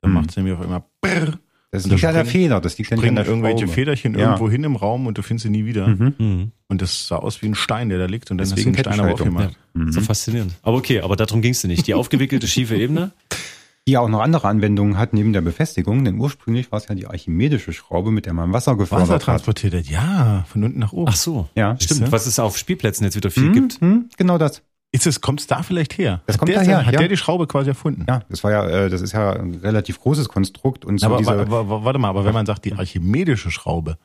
[SPEAKER 3] Dann
[SPEAKER 4] Mhm.
[SPEAKER 3] macht es nämlich auf einmal brrr,
[SPEAKER 4] Das
[SPEAKER 3] Und
[SPEAKER 4] liegt
[SPEAKER 3] da
[SPEAKER 4] ja an der
[SPEAKER 3] springen-
[SPEAKER 4] Feder, das liegt ja nicht an
[SPEAKER 3] bringen
[SPEAKER 4] der
[SPEAKER 3] irgendwelche
[SPEAKER 4] Schraube.
[SPEAKER 3] Federchen
[SPEAKER 4] Ja.
[SPEAKER 3] irgendwo hin im Raum und du findest sie nie wieder.
[SPEAKER 4] Mhm.
[SPEAKER 2] Mhm.
[SPEAKER 3] Und das sah aus wie ein Stein, der da liegt und dann
[SPEAKER 4] Deswegen
[SPEAKER 3] hast du den Stein aber
[SPEAKER 4] Kettenschaltung.
[SPEAKER 3] aufgemacht.
[SPEAKER 2] So
[SPEAKER 4] Mhm.
[SPEAKER 2] faszinierend. Aber okay, aber darum ging es nicht. Die aufgewickelte schiefe Ebene.
[SPEAKER 4] Die ja auch noch andere Anwendungen hat neben der Befestigung, denn ursprünglich war es ja die archimedische Schraube, mit der man Wasser gefördert
[SPEAKER 3] Wasser
[SPEAKER 4] hat.
[SPEAKER 3] transportiert hat, ja, von unten nach oben.
[SPEAKER 2] Ach so.
[SPEAKER 4] Ja.
[SPEAKER 2] Stimmt, was es auf Spielplätzen jetzt wieder viel
[SPEAKER 4] Hm,
[SPEAKER 2] gibt.
[SPEAKER 4] hm, genau das.
[SPEAKER 3] Ist es, kommt es da vielleicht her?
[SPEAKER 4] Das
[SPEAKER 3] Hat
[SPEAKER 4] kommt
[SPEAKER 3] der,
[SPEAKER 4] daher,
[SPEAKER 3] Hat
[SPEAKER 4] ja.
[SPEAKER 3] der die Schraube quasi erfunden?
[SPEAKER 4] Ja, das war ja, äh, das ist ja ein relativ großes Konstrukt und so
[SPEAKER 3] aber,
[SPEAKER 4] diese,
[SPEAKER 3] wa- wa- wa- warte mal, aber wenn man sagt, die archimedische Schraube,
[SPEAKER 4] ja,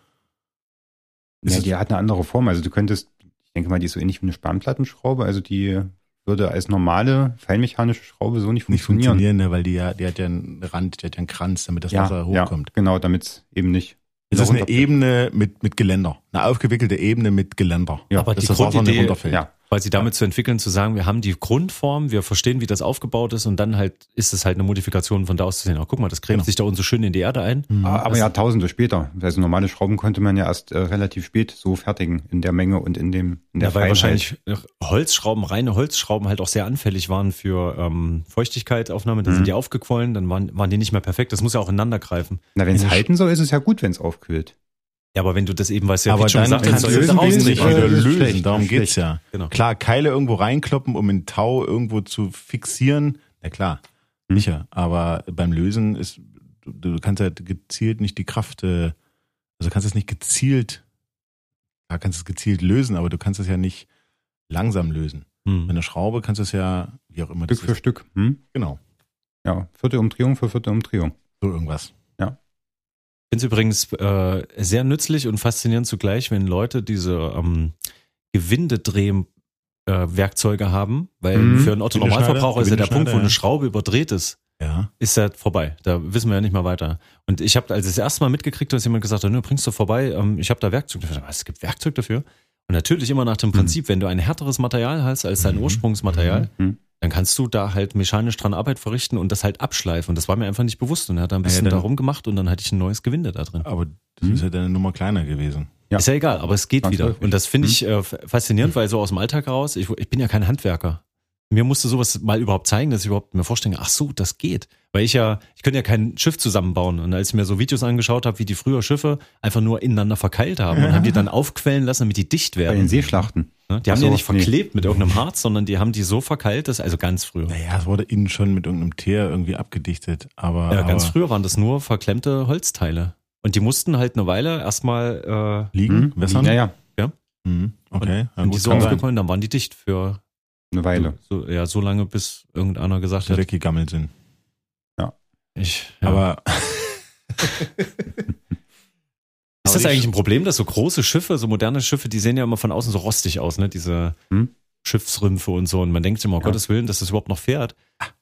[SPEAKER 3] ist-
[SPEAKER 4] die hat eine andere Form. Also du könntest, ich denke mal, die ist so ähnlich wie eine Spanplattenschraube, also die würde als normale feinmechanische Schraube so nicht
[SPEAKER 3] nicht
[SPEAKER 4] funktionieren.
[SPEAKER 3] funktionieren, ne, weil die ja, die hat ja einen Rand, die hat ja einen Kranz, damit das Wasser hochkommt.
[SPEAKER 4] Ja, genau, damit es eben nicht.
[SPEAKER 3] Es ist eine
[SPEAKER 4] runterfällt.
[SPEAKER 3] Ebene mit, mit Geländer. Eine aufgewickelte Ebene mit Geländer.
[SPEAKER 4] Ja,
[SPEAKER 2] aber
[SPEAKER 3] dass
[SPEAKER 2] die
[SPEAKER 3] das Wasser nicht
[SPEAKER 2] Grundidee-
[SPEAKER 3] runterfällt.
[SPEAKER 4] Ja,
[SPEAKER 2] Weil sie damit zu entwickeln, zu sagen, wir haben die Grundform, wir verstehen, wie das aufgebaut ist und dann halt ist es halt eine Modifikation von da aus zu sehen. Oh, guck mal, das gräbt
[SPEAKER 3] Genau.
[SPEAKER 2] sich da unten so schön in die Erde ein.
[SPEAKER 4] Ah, Aber
[SPEAKER 2] Das-
[SPEAKER 4] Jahrtausende später. Also normale Schrauben konnte man ja erst äh, relativ spät so fertigen in der Menge und in dem in der
[SPEAKER 2] Ja, weil
[SPEAKER 4] Feinheit.
[SPEAKER 2] wahrscheinlich Holzschrauben, reine Holzschrauben halt auch sehr anfällig waren für ähm, Feuchtigkeit, Aufnahme, dann
[SPEAKER 4] Mhm.
[SPEAKER 2] sind die aufgequollen, dann waren, waren die nicht mehr perfekt, das muss ja auch ineinander greifen.
[SPEAKER 4] Na, wenn
[SPEAKER 3] Ja,
[SPEAKER 4] es halten soll, ist es ja gut, wenn es aufkühlt.
[SPEAKER 2] Ja, aber wenn du das eben, was ja
[SPEAKER 3] aber
[SPEAKER 2] Piet schon
[SPEAKER 3] dann
[SPEAKER 2] gesagt
[SPEAKER 3] kannst
[SPEAKER 2] hast,
[SPEAKER 3] du
[SPEAKER 4] das
[SPEAKER 3] es
[SPEAKER 4] ist
[SPEAKER 3] draußen
[SPEAKER 2] draußen
[SPEAKER 3] nicht
[SPEAKER 4] nicht
[SPEAKER 3] wieder
[SPEAKER 4] das ist
[SPEAKER 3] lösen.
[SPEAKER 4] schlecht,
[SPEAKER 3] Darum
[SPEAKER 4] das ist
[SPEAKER 3] geht's
[SPEAKER 4] schlecht.
[SPEAKER 3] ja.
[SPEAKER 2] Genau.
[SPEAKER 3] Klar, Keile irgendwo reinkloppen, um einen Tau irgendwo zu fixieren. Na klar, sicher. Aber beim Lösen ist, du, du kannst halt gezielt nicht die Kraft, äh, also kannst es nicht gezielt, ja, kannst es gezielt lösen, aber du kannst es ja nicht langsam lösen. Mit
[SPEAKER 2] Hm.
[SPEAKER 3] einer Schraube kannst du es ja, wie auch immer,
[SPEAKER 4] Stück für
[SPEAKER 3] ist,
[SPEAKER 4] Stück. Hm?
[SPEAKER 3] genau,
[SPEAKER 4] Ja, vierte Umdrehung für vierte Umdrehung.
[SPEAKER 3] so irgendwas.
[SPEAKER 2] Ich finde es übrigens äh, sehr nützlich und faszinierend zugleich, wenn Leute diese ähm, Gewindedrehwerkzeuge äh, Werkzeuge haben, weil
[SPEAKER 4] Mhm.
[SPEAKER 2] für einen Otto Normalverbraucher ist ja der
[SPEAKER 3] Gewindeschneider,
[SPEAKER 2] Punkt, wo eine
[SPEAKER 3] ja.
[SPEAKER 2] Schraube überdreht ist,
[SPEAKER 3] Ja.
[SPEAKER 2] ist ja vorbei. Da wissen wir ja nicht mehr weiter. Und ich habe, als ich das erste Mal mitgekriegt habe, dass jemand gesagt hat, "Nö, bringst du vorbei, ähm, ich habe da Werkzeug dafür. Ich dachte, Was, es gibt Werkzeug dafür? Und natürlich immer nach dem Prinzip, wenn du ein härteres Material hast als dein
[SPEAKER 3] Mhm.
[SPEAKER 2] Ursprungsmaterial,
[SPEAKER 4] Mhm.
[SPEAKER 2] dann kannst du da halt mechanisch dran Arbeit verrichten und das halt abschleifen. Und das war mir einfach nicht bewusst. Und er hat da ein
[SPEAKER 3] Naja,
[SPEAKER 2] bisschen
[SPEAKER 3] dann-
[SPEAKER 2] darum gemacht und dann hatte ich ein neues Gewinde da drin.
[SPEAKER 3] Aber das
[SPEAKER 4] Hm.
[SPEAKER 3] ist ja deine Nummer kleiner gewesen.
[SPEAKER 4] Ja.
[SPEAKER 2] Ist ja egal, aber es geht wieder.
[SPEAKER 4] Zwangsläufig.
[SPEAKER 2] Und das finde
[SPEAKER 4] Mhm.
[SPEAKER 2] ich äh, f- faszinierend, weil so aus dem Alltag raus, ich, ich bin ja kein Handwerker. Mir musste sowas mal überhaupt zeigen, dass ich überhaupt mir vorstellen kann, ach so, das geht. Weil ich ja, ich könnte ja kein Schiff zusammenbauen. Und als ich mir so Videos angeschaut habe, wie die früher Schiffe einfach nur ineinander verkeilt haben und haben die dann aufquellen lassen, damit die dicht
[SPEAKER 4] Bei den
[SPEAKER 2] werden.
[SPEAKER 4] Seeschlachten.
[SPEAKER 2] Ne? Die haben die
[SPEAKER 4] Ach so,
[SPEAKER 2] nicht
[SPEAKER 4] nee.
[SPEAKER 2] verklebt mit irgendeinem Harz, sondern die haben die so verkeilt, dass also ganz früher.
[SPEAKER 3] Naja, es wurde innen schon mit irgendeinem Teer irgendwie abgedichtet, aber.
[SPEAKER 2] Ja, ganz
[SPEAKER 3] aber
[SPEAKER 2] früher waren das nur verklemmte Holzteile. Und die mussten halt eine Weile erstmal äh,
[SPEAKER 3] Liegen, wässern?
[SPEAKER 4] Hm? Ja, ja,
[SPEAKER 3] Mhm. Okay, ja,
[SPEAKER 2] und die
[SPEAKER 3] gut,
[SPEAKER 2] so
[SPEAKER 3] kann sein,
[SPEAKER 2] aufgekommen, dann waren die dicht für
[SPEAKER 4] eine Weile.
[SPEAKER 2] so, ja, so lange, bis irgendeiner
[SPEAKER 3] dass
[SPEAKER 2] gesagt
[SPEAKER 3] sie
[SPEAKER 2] hat,
[SPEAKER 3] weggegammelt sind.
[SPEAKER 2] ich, ja.
[SPEAKER 3] Aber
[SPEAKER 2] ist das
[SPEAKER 3] aber die-
[SPEAKER 2] eigentlich ein Problem, dass so große Schiffe, so moderne Schiffe, die sehen ja immer von außen so rostig aus, ne? Diese
[SPEAKER 4] Hm.
[SPEAKER 2] Schiffsrümpfe und so. Und man denkt immer, um
[SPEAKER 4] Ja.
[SPEAKER 2] Gottes Willen, dass das überhaupt noch fährt.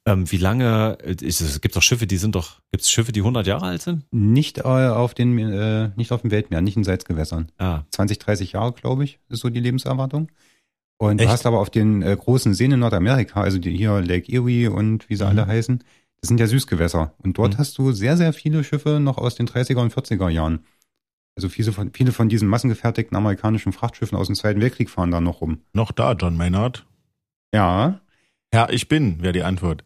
[SPEAKER 2] Ähm, wie lange, äh, ist, es gibt doch Schiffe, die sind doch, gibt es Schiffe, die 100 Jahre alt sind?
[SPEAKER 4] Nicht äh, auf den, äh, nicht auf dem Weltmeer, nicht in Salzgewässern.
[SPEAKER 2] Ah,
[SPEAKER 4] 20, 30 Jahre, glaube ich, ist so die Lebenserwartung. Und
[SPEAKER 2] Echt?
[SPEAKER 4] du hast aber auf den äh, großen Seen in Nordamerika, also die hier Lake Erie und wie sie
[SPEAKER 2] Mhm.
[SPEAKER 4] alle heißen, das sind ja Süßgewässer. Und dort
[SPEAKER 2] Mhm.
[SPEAKER 4] hast du sehr, sehr viele Schiffe noch aus den 30er und 40er Jahren. Also viele von, viele von diesen massengefertigten amerikanischen Frachtschiffen aus dem Zweiten Weltkrieg fahren da noch rum.
[SPEAKER 3] noch da, John Maynard.
[SPEAKER 4] Ja,
[SPEAKER 3] Ja, ich bin, wäre die Antwort.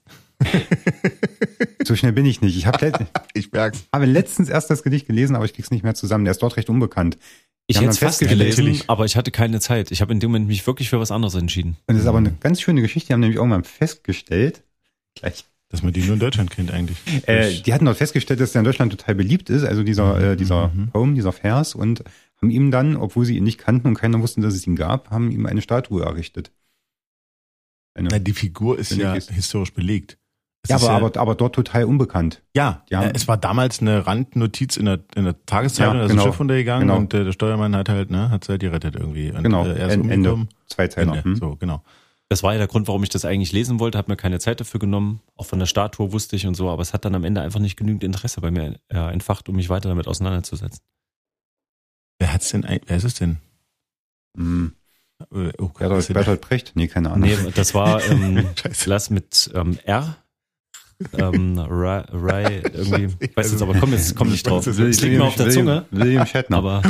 [SPEAKER 4] so schnell bin ich nicht. Ich hab let
[SPEAKER 3] Ich merk's.
[SPEAKER 4] habe letztens erst das Gedicht gelesen, aber ich krieg's nicht mehr zusammen. Der ist dort recht unbekannt.
[SPEAKER 2] ich
[SPEAKER 4] haben
[SPEAKER 2] hätte es
[SPEAKER 4] dann
[SPEAKER 2] fast
[SPEAKER 4] festgestellt,
[SPEAKER 2] gelesen,
[SPEAKER 4] natürlich.
[SPEAKER 2] aber ich hatte keine Zeit. Ich habe in dem Moment mich wirklich für was anderes entschieden.
[SPEAKER 4] Und das ist aber eine ganz schöne Geschichte. Die haben nämlich irgendwann festgestellt, gleich
[SPEAKER 3] Dass man die nur in Deutschland kennt eigentlich.
[SPEAKER 4] Äh, die hatten dort festgestellt, dass der in Deutschland total beliebt ist, also dieser, äh, dieser
[SPEAKER 3] Mhm.
[SPEAKER 4] Poem, dieser Vers, und haben ihm dann, obwohl sie ihn nicht kannten und keiner wusste, dass es ihn gab, haben ihm eine Statue errichtet. Eine,
[SPEAKER 3] Na, die Figur ist
[SPEAKER 4] Wenn
[SPEAKER 3] ja
[SPEAKER 4] ich es-
[SPEAKER 3] historisch belegt. Es
[SPEAKER 4] ja,
[SPEAKER 3] ist
[SPEAKER 4] aber, aber, aber dort total unbekannt.
[SPEAKER 3] Ja,
[SPEAKER 4] Die haben-
[SPEAKER 3] äh, es war damals eine Randnotiz in der, in der Tageszeitung,
[SPEAKER 4] Ja,
[SPEAKER 3] da ist ein
[SPEAKER 4] genau.
[SPEAKER 3] Schiff untergegangen
[SPEAKER 4] Genau.
[SPEAKER 3] und äh, der Steuermann hat halt, ne, hat halt gerettet irgendwie. Und,
[SPEAKER 4] Genau,
[SPEAKER 3] äh, er ist
[SPEAKER 4] Ende.
[SPEAKER 3] umgekommen.
[SPEAKER 4] Zwei Zeilen.
[SPEAKER 3] Ende.
[SPEAKER 4] Hm?
[SPEAKER 3] So, genau.
[SPEAKER 2] Das war ja der Grund, warum ich das eigentlich lesen wollte, habe mir keine Zeit dafür genommen. Auch von der Statue wusste ich und so, aber es hat dann am Ende einfach nicht genügend Interesse bei mir äh, entfacht, um mich weiter damit auseinanderzusetzen.
[SPEAKER 3] Wer hat's denn, ein- wer ist es denn?
[SPEAKER 4] Hm.
[SPEAKER 3] Äh, Oh, Gott,
[SPEAKER 4] Bertolt,
[SPEAKER 3] ist
[SPEAKER 4] Bertolt Brecht? Nee, keine Ahnung.
[SPEAKER 2] Nee, das war ähm,
[SPEAKER 3] Scheiße.
[SPEAKER 2] Lass mit ähm, R. Ähm, Rai, Rai irgendwie. Ich weiß jetzt aber, komm jetzt, komm nicht drauf.
[SPEAKER 3] Das liegt
[SPEAKER 2] mir auf der
[SPEAKER 4] William,
[SPEAKER 2] Zunge.
[SPEAKER 4] William Shatner.
[SPEAKER 2] Aber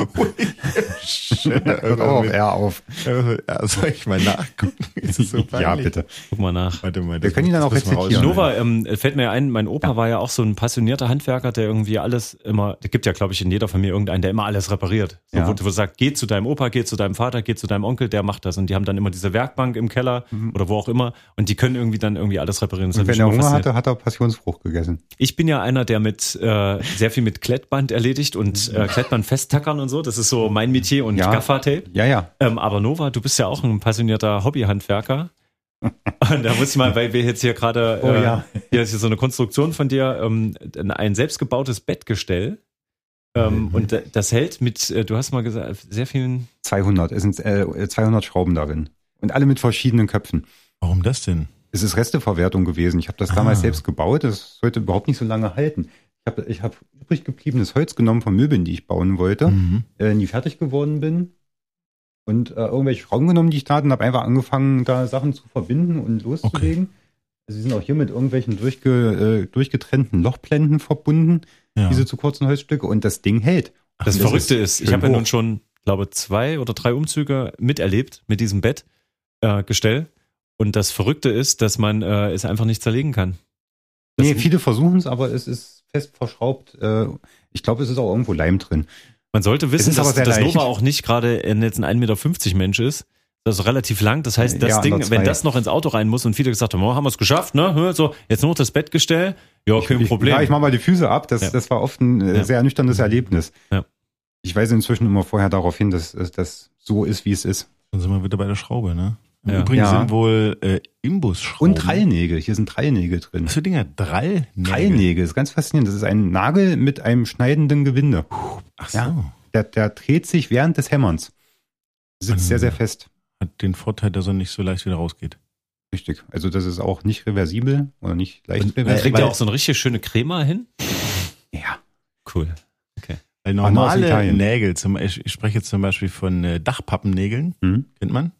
[SPEAKER 4] Hört auch auf R auf.
[SPEAKER 3] Ja, soll ich mal nachgucken? Ist das so
[SPEAKER 4] ja,
[SPEAKER 3] peinlich?
[SPEAKER 4] bitte.
[SPEAKER 2] guck mal nach.
[SPEAKER 3] Warte mal.
[SPEAKER 4] Wir
[SPEAKER 3] das
[SPEAKER 4] können ihn
[SPEAKER 3] muss-
[SPEAKER 4] dann auch
[SPEAKER 3] das müssen wir
[SPEAKER 4] rezitieren.
[SPEAKER 3] rausschneiden.
[SPEAKER 2] Nova, ähm, fällt mir ein, mein Opa war ja auch so ein passionierter Handwerker, der irgendwie alles immer, da gibt ja, glaube ich, in jeder Familie irgendeinen, der immer alles repariert. So,
[SPEAKER 4] Ja.
[SPEAKER 2] wo du sagst, geh zu deinem Opa, geh zu deinem Vater, geh zu deinem Onkel, der macht das. Und die haben dann immer diese Werkbank im Keller oder wo auch immer und die können irgendwie dann irgendwie alles reparieren. Das hat
[SPEAKER 4] Und
[SPEAKER 2] mich
[SPEAKER 4] wenn er
[SPEAKER 2] immer
[SPEAKER 4] Hunger
[SPEAKER 2] fasziniert.
[SPEAKER 4] hatte, hat er Passionsfrucht gegessen.
[SPEAKER 2] Ich bin ja einer, der mit äh, sehr viel mit Klettband erledigt und äh, Klettband festtackern und so. Das ist so mein Metier und
[SPEAKER 4] Mhm. Ja.
[SPEAKER 2] Gaffertape.
[SPEAKER 4] Ja, ja.
[SPEAKER 2] Ähm, aber Nova, du bist ja auch ein passionierter Hobbyhandwerker. Und da muss ich mal, weil wir jetzt hier gerade,
[SPEAKER 4] Oh ja.
[SPEAKER 2] äh, hier ist hier so eine Konstruktion von dir, ähm, ein selbstgebautes Bettgestell. Ähm,
[SPEAKER 4] Mhm.
[SPEAKER 2] Und da- das hält mit, äh, du hast mal gesagt, sehr vielen,
[SPEAKER 4] 200. Es sind äh, 200 Schrauben darin. Und alle mit verschiedenen Köpfen.
[SPEAKER 3] Warum das denn?
[SPEAKER 4] Es ist Resteverwertung gewesen. Ich habe das
[SPEAKER 2] Ah.
[SPEAKER 4] damals selbst gebaut. Das sollte überhaupt nicht so lange halten. Ich habe ich hab übrig gebliebenes Holz genommen von Möbeln, die ich bauen wollte,
[SPEAKER 2] Hm.
[SPEAKER 3] Mhm.
[SPEAKER 4] äh, nie fertig geworden bin. Und äh, irgendwelche Schrauben genommen, die ich da hatte, und habe einfach angefangen, da Sachen zu verbinden und loszulegen. Also sie sind auch hier mit irgendwelchen durchge, äh, durchgetrennten Lochblenden verbunden,
[SPEAKER 3] Ja.
[SPEAKER 4] diese zu kurzen Holzstücke. Und das Ding hält.
[SPEAKER 2] das
[SPEAKER 4] das
[SPEAKER 2] Verrückte ist, ich
[SPEAKER 4] schön
[SPEAKER 2] habe ja
[SPEAKER 4] hoch.
[SPEAKER 2] nun schon, glaube zwei oder drei Umzüge miterlebt mit diesem Bettgestell. Äh, Gestell. und das Verrückte ist, dass man äh, es einfach nicht zerlegen kann. Das-
[SPEAKER 4] Nee, viele versuchen es, aber es ist fest verschraubt. Äh, ich glaube, es ist auch irgendwo Leim drin.
[SPEAKER 2] Man sollte
[SPEAKER 4] Es
[SPEAKER 2] wissen,
[SPEAKER 4] ist aber
[SPEAKER 2] dass,
[SPEAKER 4] sehr
[SPEAKER 2] dass
[SPEAKER 4] leicht.
[SPEAKER 2] Nova auch nicht gerade äh, jetzt ein 1,50 Meter Mensch ist. Das ist relativ lang. Das heißt, das
[SPEAKER 4] Ja,
[SPEAKER 2] Ding,
[SPEAKER 4] anderthalb.
[SPEAKER 2] wenn das noch ins Auto rein muss und viele gesagt haben, oh, haben wir es geschafft, ne? Hö, So, jetzt nur noch das Bettgestell. Ja, kein
[SPEAKER 4] ich,
[SPEAKER 2] Problem.
[SPEAKER 4] Ja, ich mache mal die Füße ab. Das,
[SPEAKER 2] Ja.
[SPEAKER 4] das war oft ein äh,
[SPEAKER 2] Ja. Mhm.
[SPEAKER 4] sehr ernüchterndes Erlebnis.
[SPEAKER 2] Ja.
[SPEAKER 4] Ich weise inzwischen immer vorher darauf hin, dass dass das so ist, wie es ist.
[SPEAKER 3] Dann sind wir wieder bei der Schraube, ne? Im
[SPEAKER 2] Ja.
[SPEAKER 3] Übrigen
[SPEAKER 4] Ja.
[SPEAKER 3] sind wohl äh, Imbusschrauben.
[SPEAKER 4] Und Trallnägel. Hier sind Trallnägel drin.
[SPEAKER 3] Was für Dinger? Drall?
[SPEAKER 4] Trallnägel ist ganz faszinierend. Das ist ein Nagel mit einem schneidenden Gewinde.
[SPEAKER 3] Ach so.
[SPEAKER 4] Ja. Der, der dreht sich während des Hämmerns. Sitzt
[SPEAKER 3] Ah.
[SPEAKER 4] sehr, sehr fest.
[SPEAKER 3] Hat den Vorteil, dass er nicht so leicht wieder rausgeht.
[SPEAKER 4] Richtig. Also das ist auch nicht reversibel oder nicht leicht
[SPEAKER 2] Man
[SPEAKER 4] reversibel.
[SPEAKER 2] kriegt ja äh, auch so eine richtig schöne Crema hin.
[SPEAKER 4] ja.
[SPEAKER 2] Cool.
[SPEAKER 3] Weil
[SPEAKER 4] Ah, nur aus
[SPEAKER 3] normale
[SPEAKER 4] Italien.
[SPEAKER 3] Nägel, zum, ich, ich spreche jetzt zum Beispiel von äh, Dachpappennägeln,
[SPEAKER 4] Hm?
[SPEAKER 3] kennt man?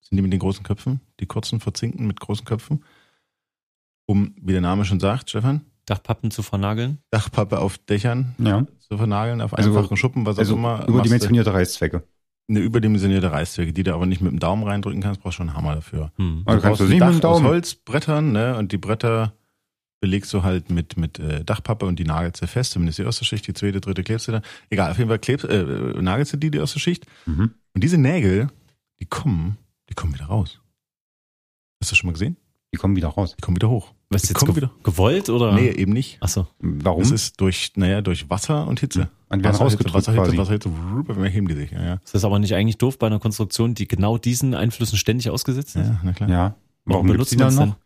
[SPEAKER 3] Sind die mit den großen Köpfen? Die kurzen verzinken mit großen Köpfen. Um, wie der Name schon sagt, Stefan,
[SPEAKER 2] Dachpappen zu vernageln.
[SPEAKER 3] Dachpappe auf Dächern
[SPEAKER 4] Ja.
[SPEAKER 3] zu vernageln, auf
[SPEAKER 4] Also-
[SPEAKER 3] einfachen Schuppen, was
[SPEAKER 4] Also
[SPEAKER 3] auch immer. machst du
[SPEAKER 4] überdimensionierte Reißzwecke.
[SPEAKER 3] Eine überdimensionierte Reißzwecke, die du aber nicht mit dem Daumen reindrücken kannst, brauchst schon einen Hammer dafür.
[SPEAKER 2] Hm.
[SPEAKER 4] Also kannst du
[SPEAKER 3] brauchst
[SPEAKER 4] nicht
[SPEAKER 3] ein
[SPEAKER 4] mit dem
[SPEAKER 3] Dach aus
[SPEAKER 4] Daumen.
[SPEAKER 3] Holzbrettern, ne? Und die Bretter belegst du halt mit, mit äh, Dachpappe und die nagelst du fest, zumindest die erste Schicht, die zweite, dritte klebst du dann. Egal, auf jeden Fall klebst, äh, nagelst du die, die erste Schicht.
[SPEAKER 4] Mhm.
[SPEAKER 3] Und diese Nägel, die kommen, die kommen wieder raus. Hast du das schon mal gesehen?
[SPEAKER 4] Die kommen wieder raus.
[SPEAKER 3] Die kommen wieder hoch.
[SPEAKER 2] Was
[SPEAKER 3] die
[SPEAKER 2] jetzt
[SPEAKER 3] kommen
[SPEAKER 2] ge
[SPEAKER 3] wieder.
[SPEAKER 2] gewollt oder?
[SPEAKER 3] Nee, eben nicht.
[SPEAKER 2] Achso.
[SPEAKER 4] Ah. Warum?
[SPEAKER 3] Das ist durch, naja, durch Wasser und Hitze.
[SPEAKER 4] Und werden
[SPEAKER 3] Wasserhitze,
[SPEAKER 4] rausgedrückt
[SPEAKER 3] Wasserhitze,
[SPEAKER 4] quasi.
[SPEAKER 3] Wasserhitze, wupp, wir heben die sich. Ja, ja.
[SPEAKER 2] Ist das aber nicht eigentlich doof bei einer Konstruktion, die genau diesen Einflüssen ständig ausgesetzt ist?
[SPEAKER 3] ja na klar.
[SPEAKER 4] Ja. Warum gibt's die
[SPEAKER 2] man
[SPEAKER 4] dann
[SPEAKER 2] es
[SPEAKER 4] noch?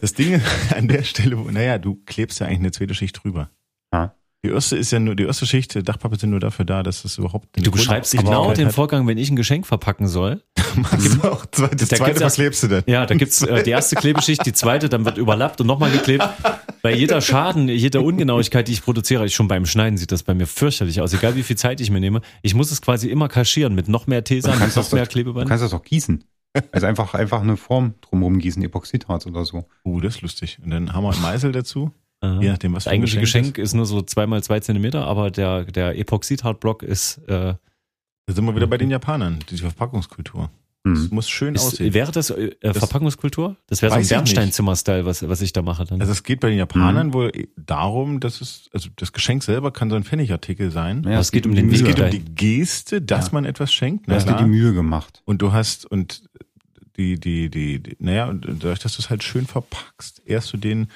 [SPEAKER 3] Das Ding an der Stelle, wo, naja, du klebst ja eigentlich eine zweite Schicht drüber.
[SPEAKER 4] Ja.
[SPEAKER 3] Die erste ist ja nur, die erste Schicht, äh, Dachpappe sind nur dafür da, dass es überhaupt
[SPEAKER 2] Du beschreibst genau den Vorgang, wenn ich ein Geschenk verpacken soll.
[SPEAKER 3] Vorgang. Auch zweite, das
[SPEAKER 2] Da
[SPEAKER 3] zweite
[SPEAKER 2] gibt's erst-
[SPEAKER 3] verklebst du dann.
[SPEAKER 2] Ja, da gibt's äh, die erste Klebeschicht, die zweite, dann wird überlappt und nochmal geklebt. Bei jeder Schaden, jeder Ungenauigkeit, die ich produziere, ich schon beim Schneiden sieht das bei mir fürchterlich aus, egal wie viel Zeit ich mir nehme. Ich muss es quasi immer kaschieren mit noch mehr Tesa, mit
[SPEAKER 4] kannst
[SPEAKER 2] noch
[SPEAKER 4] das
[SPEAKER 2] mehr
[SPEAKER 4] doch- Du
[SPEAKER 2] Klebeband.
[SPEAKER 4] kannst das auch gießen. Also einfach, einfach eine Form drumherum gießen, Epoxidharz oder so.
[SPEAKER 3] Uh, das ist lustig. Und dann Hammer und Meißel dazu,
[SPEAKER 2] Aha.
[SPEAKER 3] je nachdem, was
[SPEAKER 2] Das eigentliche
[SPEAKER 3] Geschenk
[SPEAKER 2] Geschenk ist nur so zweimal zwei Zentimeter, aber der, der Epoxidhartblock ist, äh,
[SPEAKER 3] ist. Da sind wir wieder bei den Japanern, die Verpackungskultur. Es
[SPEAKER 4] Mhm.
[SPEAKER 3] muss schön
[SPEAKER 2] ist
[SPEAKER 3] aussehen.
[SPEAKER 2] wäre das, äh, Verpackungskultur? Das wäre so ein
[SPEAKER 3] Weiß ich nicht.
[SPEAKER 2] Bernsteinzimmer-Style, was, was ich da mache dann.
[SPEAKER 3] Also es geht bei den Japanern
[SPEAKER 2] Mhm.
[SPEAKER 3] wohl darum, dass es, also das Geschenk selber kann so ein Pfennigartikel sein.
[SPEAKER 4] Ja,
[SPEAKER 2] es geht um den
[SPEAKER 4] die
[SPEAKER 3] Es
[SPEAKER 4] Mühe.
[SPEAKER 3] geht um
[SPEAKER 2] Mühe.
[SPEAKER 3] die Geste, dass
[SPEAKER 4] Ja.
[SPEAKER 3] man etwas schenkt. ne?
[SPEAKER 4] Da
[SPEAKER 3] Na
[SPEAKER 4] hast du
[SPEAKER 3] klar.
[SPEAKER 4] die Mühe gemacht.
[SPEAKER 3] Und du hast, und die, die, die, die naja, und dadurch, dass du es halt schön verpackst, ehrst du den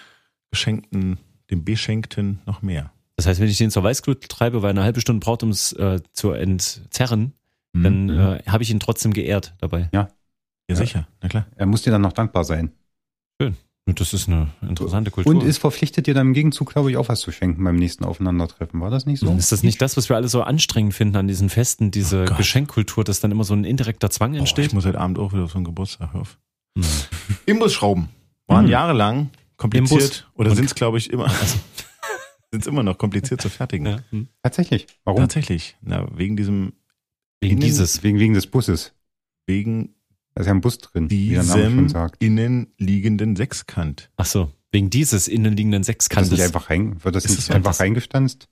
[SPEAKER 3] Geschenkten, dem Beschenkten noch mehr.
[SPEAKER 2] das heißt, wenn ich den zur Weißglut treibe, weil er eine halbe Stunde braucht, um es äh, zu entzerren,
[SPEAKER 3] Mhm.
[SPEAKER 2] dann äh, habe ich ihn trotzdem geehrt dabei.
[SPEAKER 3] ja, sicher, na klar.
[SPEAKER 4] Er muss dir dann noch dankbar sein.
[SPEAKER 2] Und das ist eine interessante Kultur.
[SPEAKER 4] Und ist verpflichtet, dir dann im Gegenzug, glaube ich, auch was zu schenken beim nächsten Aufeinandertreffen. War das nicht so?
[SPEAKER 2] ist das nicht das, was wir alle so anstrengend finden an diesen Festen, diese
[SPEAKER 3] Mhm. Oh Gott.
[SPEAKER 2] Geschenkkultur, dass dann immer so ein indirekter Zwang
[SPEAKER 3] Boah, ich
[SPEAKER 2] entsteht?
[SPEAKER 3] muss heute Abend auch wieder auf so einen Geburtstag hör auf.
[SPEAKER 2] Hm.
[SPEAKER 3] Imbusschrauben waren
[SPEAKER 4] Mhm.
[SPEAKER 3] jahrelang kompliziert oder
[SPEAKER 2] Und-
[SPEAKER 3] sind es, glaube ich, immer,
[SPEAKER 4] Also-
[SPEAKER 3] sind es immer noch kompliziert zu fertigen.
[SPEAKER 2] Ja. Hm.
[SPEAKER 4] Tatsächlich. Warum?
[SPEAKER 3] Tatsächlich. Na, wegen diesem,
[SPEAKER 2] Wegen
[SPEAKER 3] Innen-
[SPEAKER 2] dieses.
[SPEAKER 4] Wegen, wegen des Busses.
[SPEAKER 3] wegen
[SPEAKER 4] Da ist ja ein Bus drin, wie der Name schon
[SPEAKER 3] diesem
[SPEAKER 4] sagt.
[SPEAKER 3] innen liegenden Sechskant.
[SPEAKER 2] Ach so, wegen dieses innenliegenden
[SPEAKER 4] Wird das
[SPEAKER 2] Sechskantes.
[SPEAKER 4] nicht einfach rein, wird das
[SPEAKER 3] Ist
[SPEAKER 4] nicht
[SPEAKER 3] das-
[SPEAKER 4] einfach
[SPEAKER 2] das-
[SPEAKER 4] reingestanzt?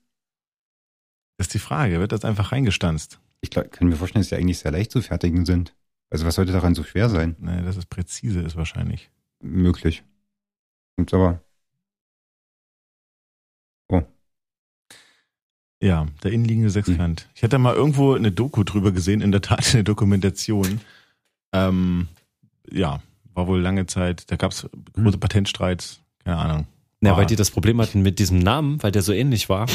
[SPEAKER 3] Das ist die Frage. Wird das einfach reingestanzt?
[SPEAKER 4] Ich glaub, kann mir vorstellen, dass die eigentlich sehr leicht zu fertigen sind. Also was sollte daran so schwer sein?
[SPEAKER 3] Naja, dass es präzise ist wahrscheinlich.
[SPEAKER 4] Möglich. Gibt's aber.
[SPEAKER 3] Ja, der innenliegende
[SPEAKER 4] Mhm.
[SPEAKER 3] Sechskant. Ich hatte mal irgendwo eine Doku drüber gesehen, in der Tat eine Dokumentation. Ähm, ja, war wohl lange Zeit, da gab's
[SPEAKER 4] Mhm.
[SPEAKER 3] große Patentstreits, keine Ahnung.
[SPEAKER 2] Na, weil
[SPEAKER 3] Ah.
[SPEAKER 2] die das Problem hatten mit diesem Namen, weil der so ähnlich war.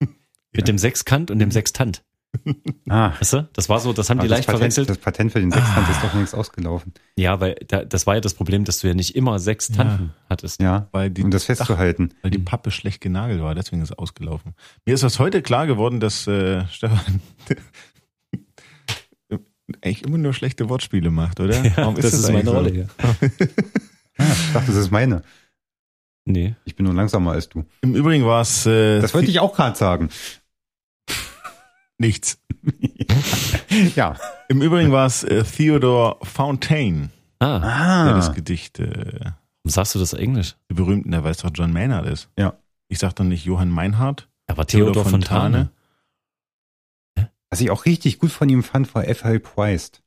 [SPEAKER 3] Ja.
[SPEAKER 2] Mit dem Sechskant und dem Sextant.
[SPEAKER 4] Ah,
[SPEAKER 2] Weißt du? Das war so, das haben die
[SPEAKER 4] das
[SPEAKER 2] leicht
[SPEAKER 4] Patent,
[SPEAKER 2] verwechselt. Ah.
[SPEAKER 4] Das Patent für den Sechskant ist doch längst ausgelaufen.
[SPEAKER 2] Ja, weil da, das war ja das Problem, dass du ja nicht immer Sextanten hattest.
[SPEAKER 4] Ja,
[SPEAKER 3] Weil die,
[SPEAKER 4] um das festzuhalten.
[SPEAKER 3] weil die Pappe schlecht genagelt war, deswegen ist es ausgelaufen. Mir ist erst heute klar geworden, dass äh, Stefan eigentlich immer nur schlechte Wortspiele macht, oder? eigentlich so?
[SPEAKER 2] hier.
[SPEAKER 4] Ah, ich dachte, das ist meine.
[SPEAKER 2] Nee.
[SPEAKER 4] Ich bin nur langsamer als du.
[SPEAKER 3] Im Übrigen war es äh,
[SPEAKER 4] Das wollte ich auch gerade sagen.
[SPEAKER 3] nichts.
[SPEAKER 4] Ja.
[SPEAKER 3] Im Übrigen war es äh, Theodore Fountaine,
[SPEAKER 2] Ah,
[SPEAKER 4] Ah,
[SPEAKER 3] der das Gedicht äh,
[SPEAKER 2] warum sagst du das Englisch?
[SPEAKER 3] Die berühmten, der weiß doch John Maynard ist.
[SPEAKER 4] Ja.
[SPEAKER 3] Ich sag dann nicht Johann Meinhardt,
[SPEAKER 2] Aber Theodor Fontane.
[SPEAKER 4] was ich auch richtig gut von ihm fand, war F.H. Priest.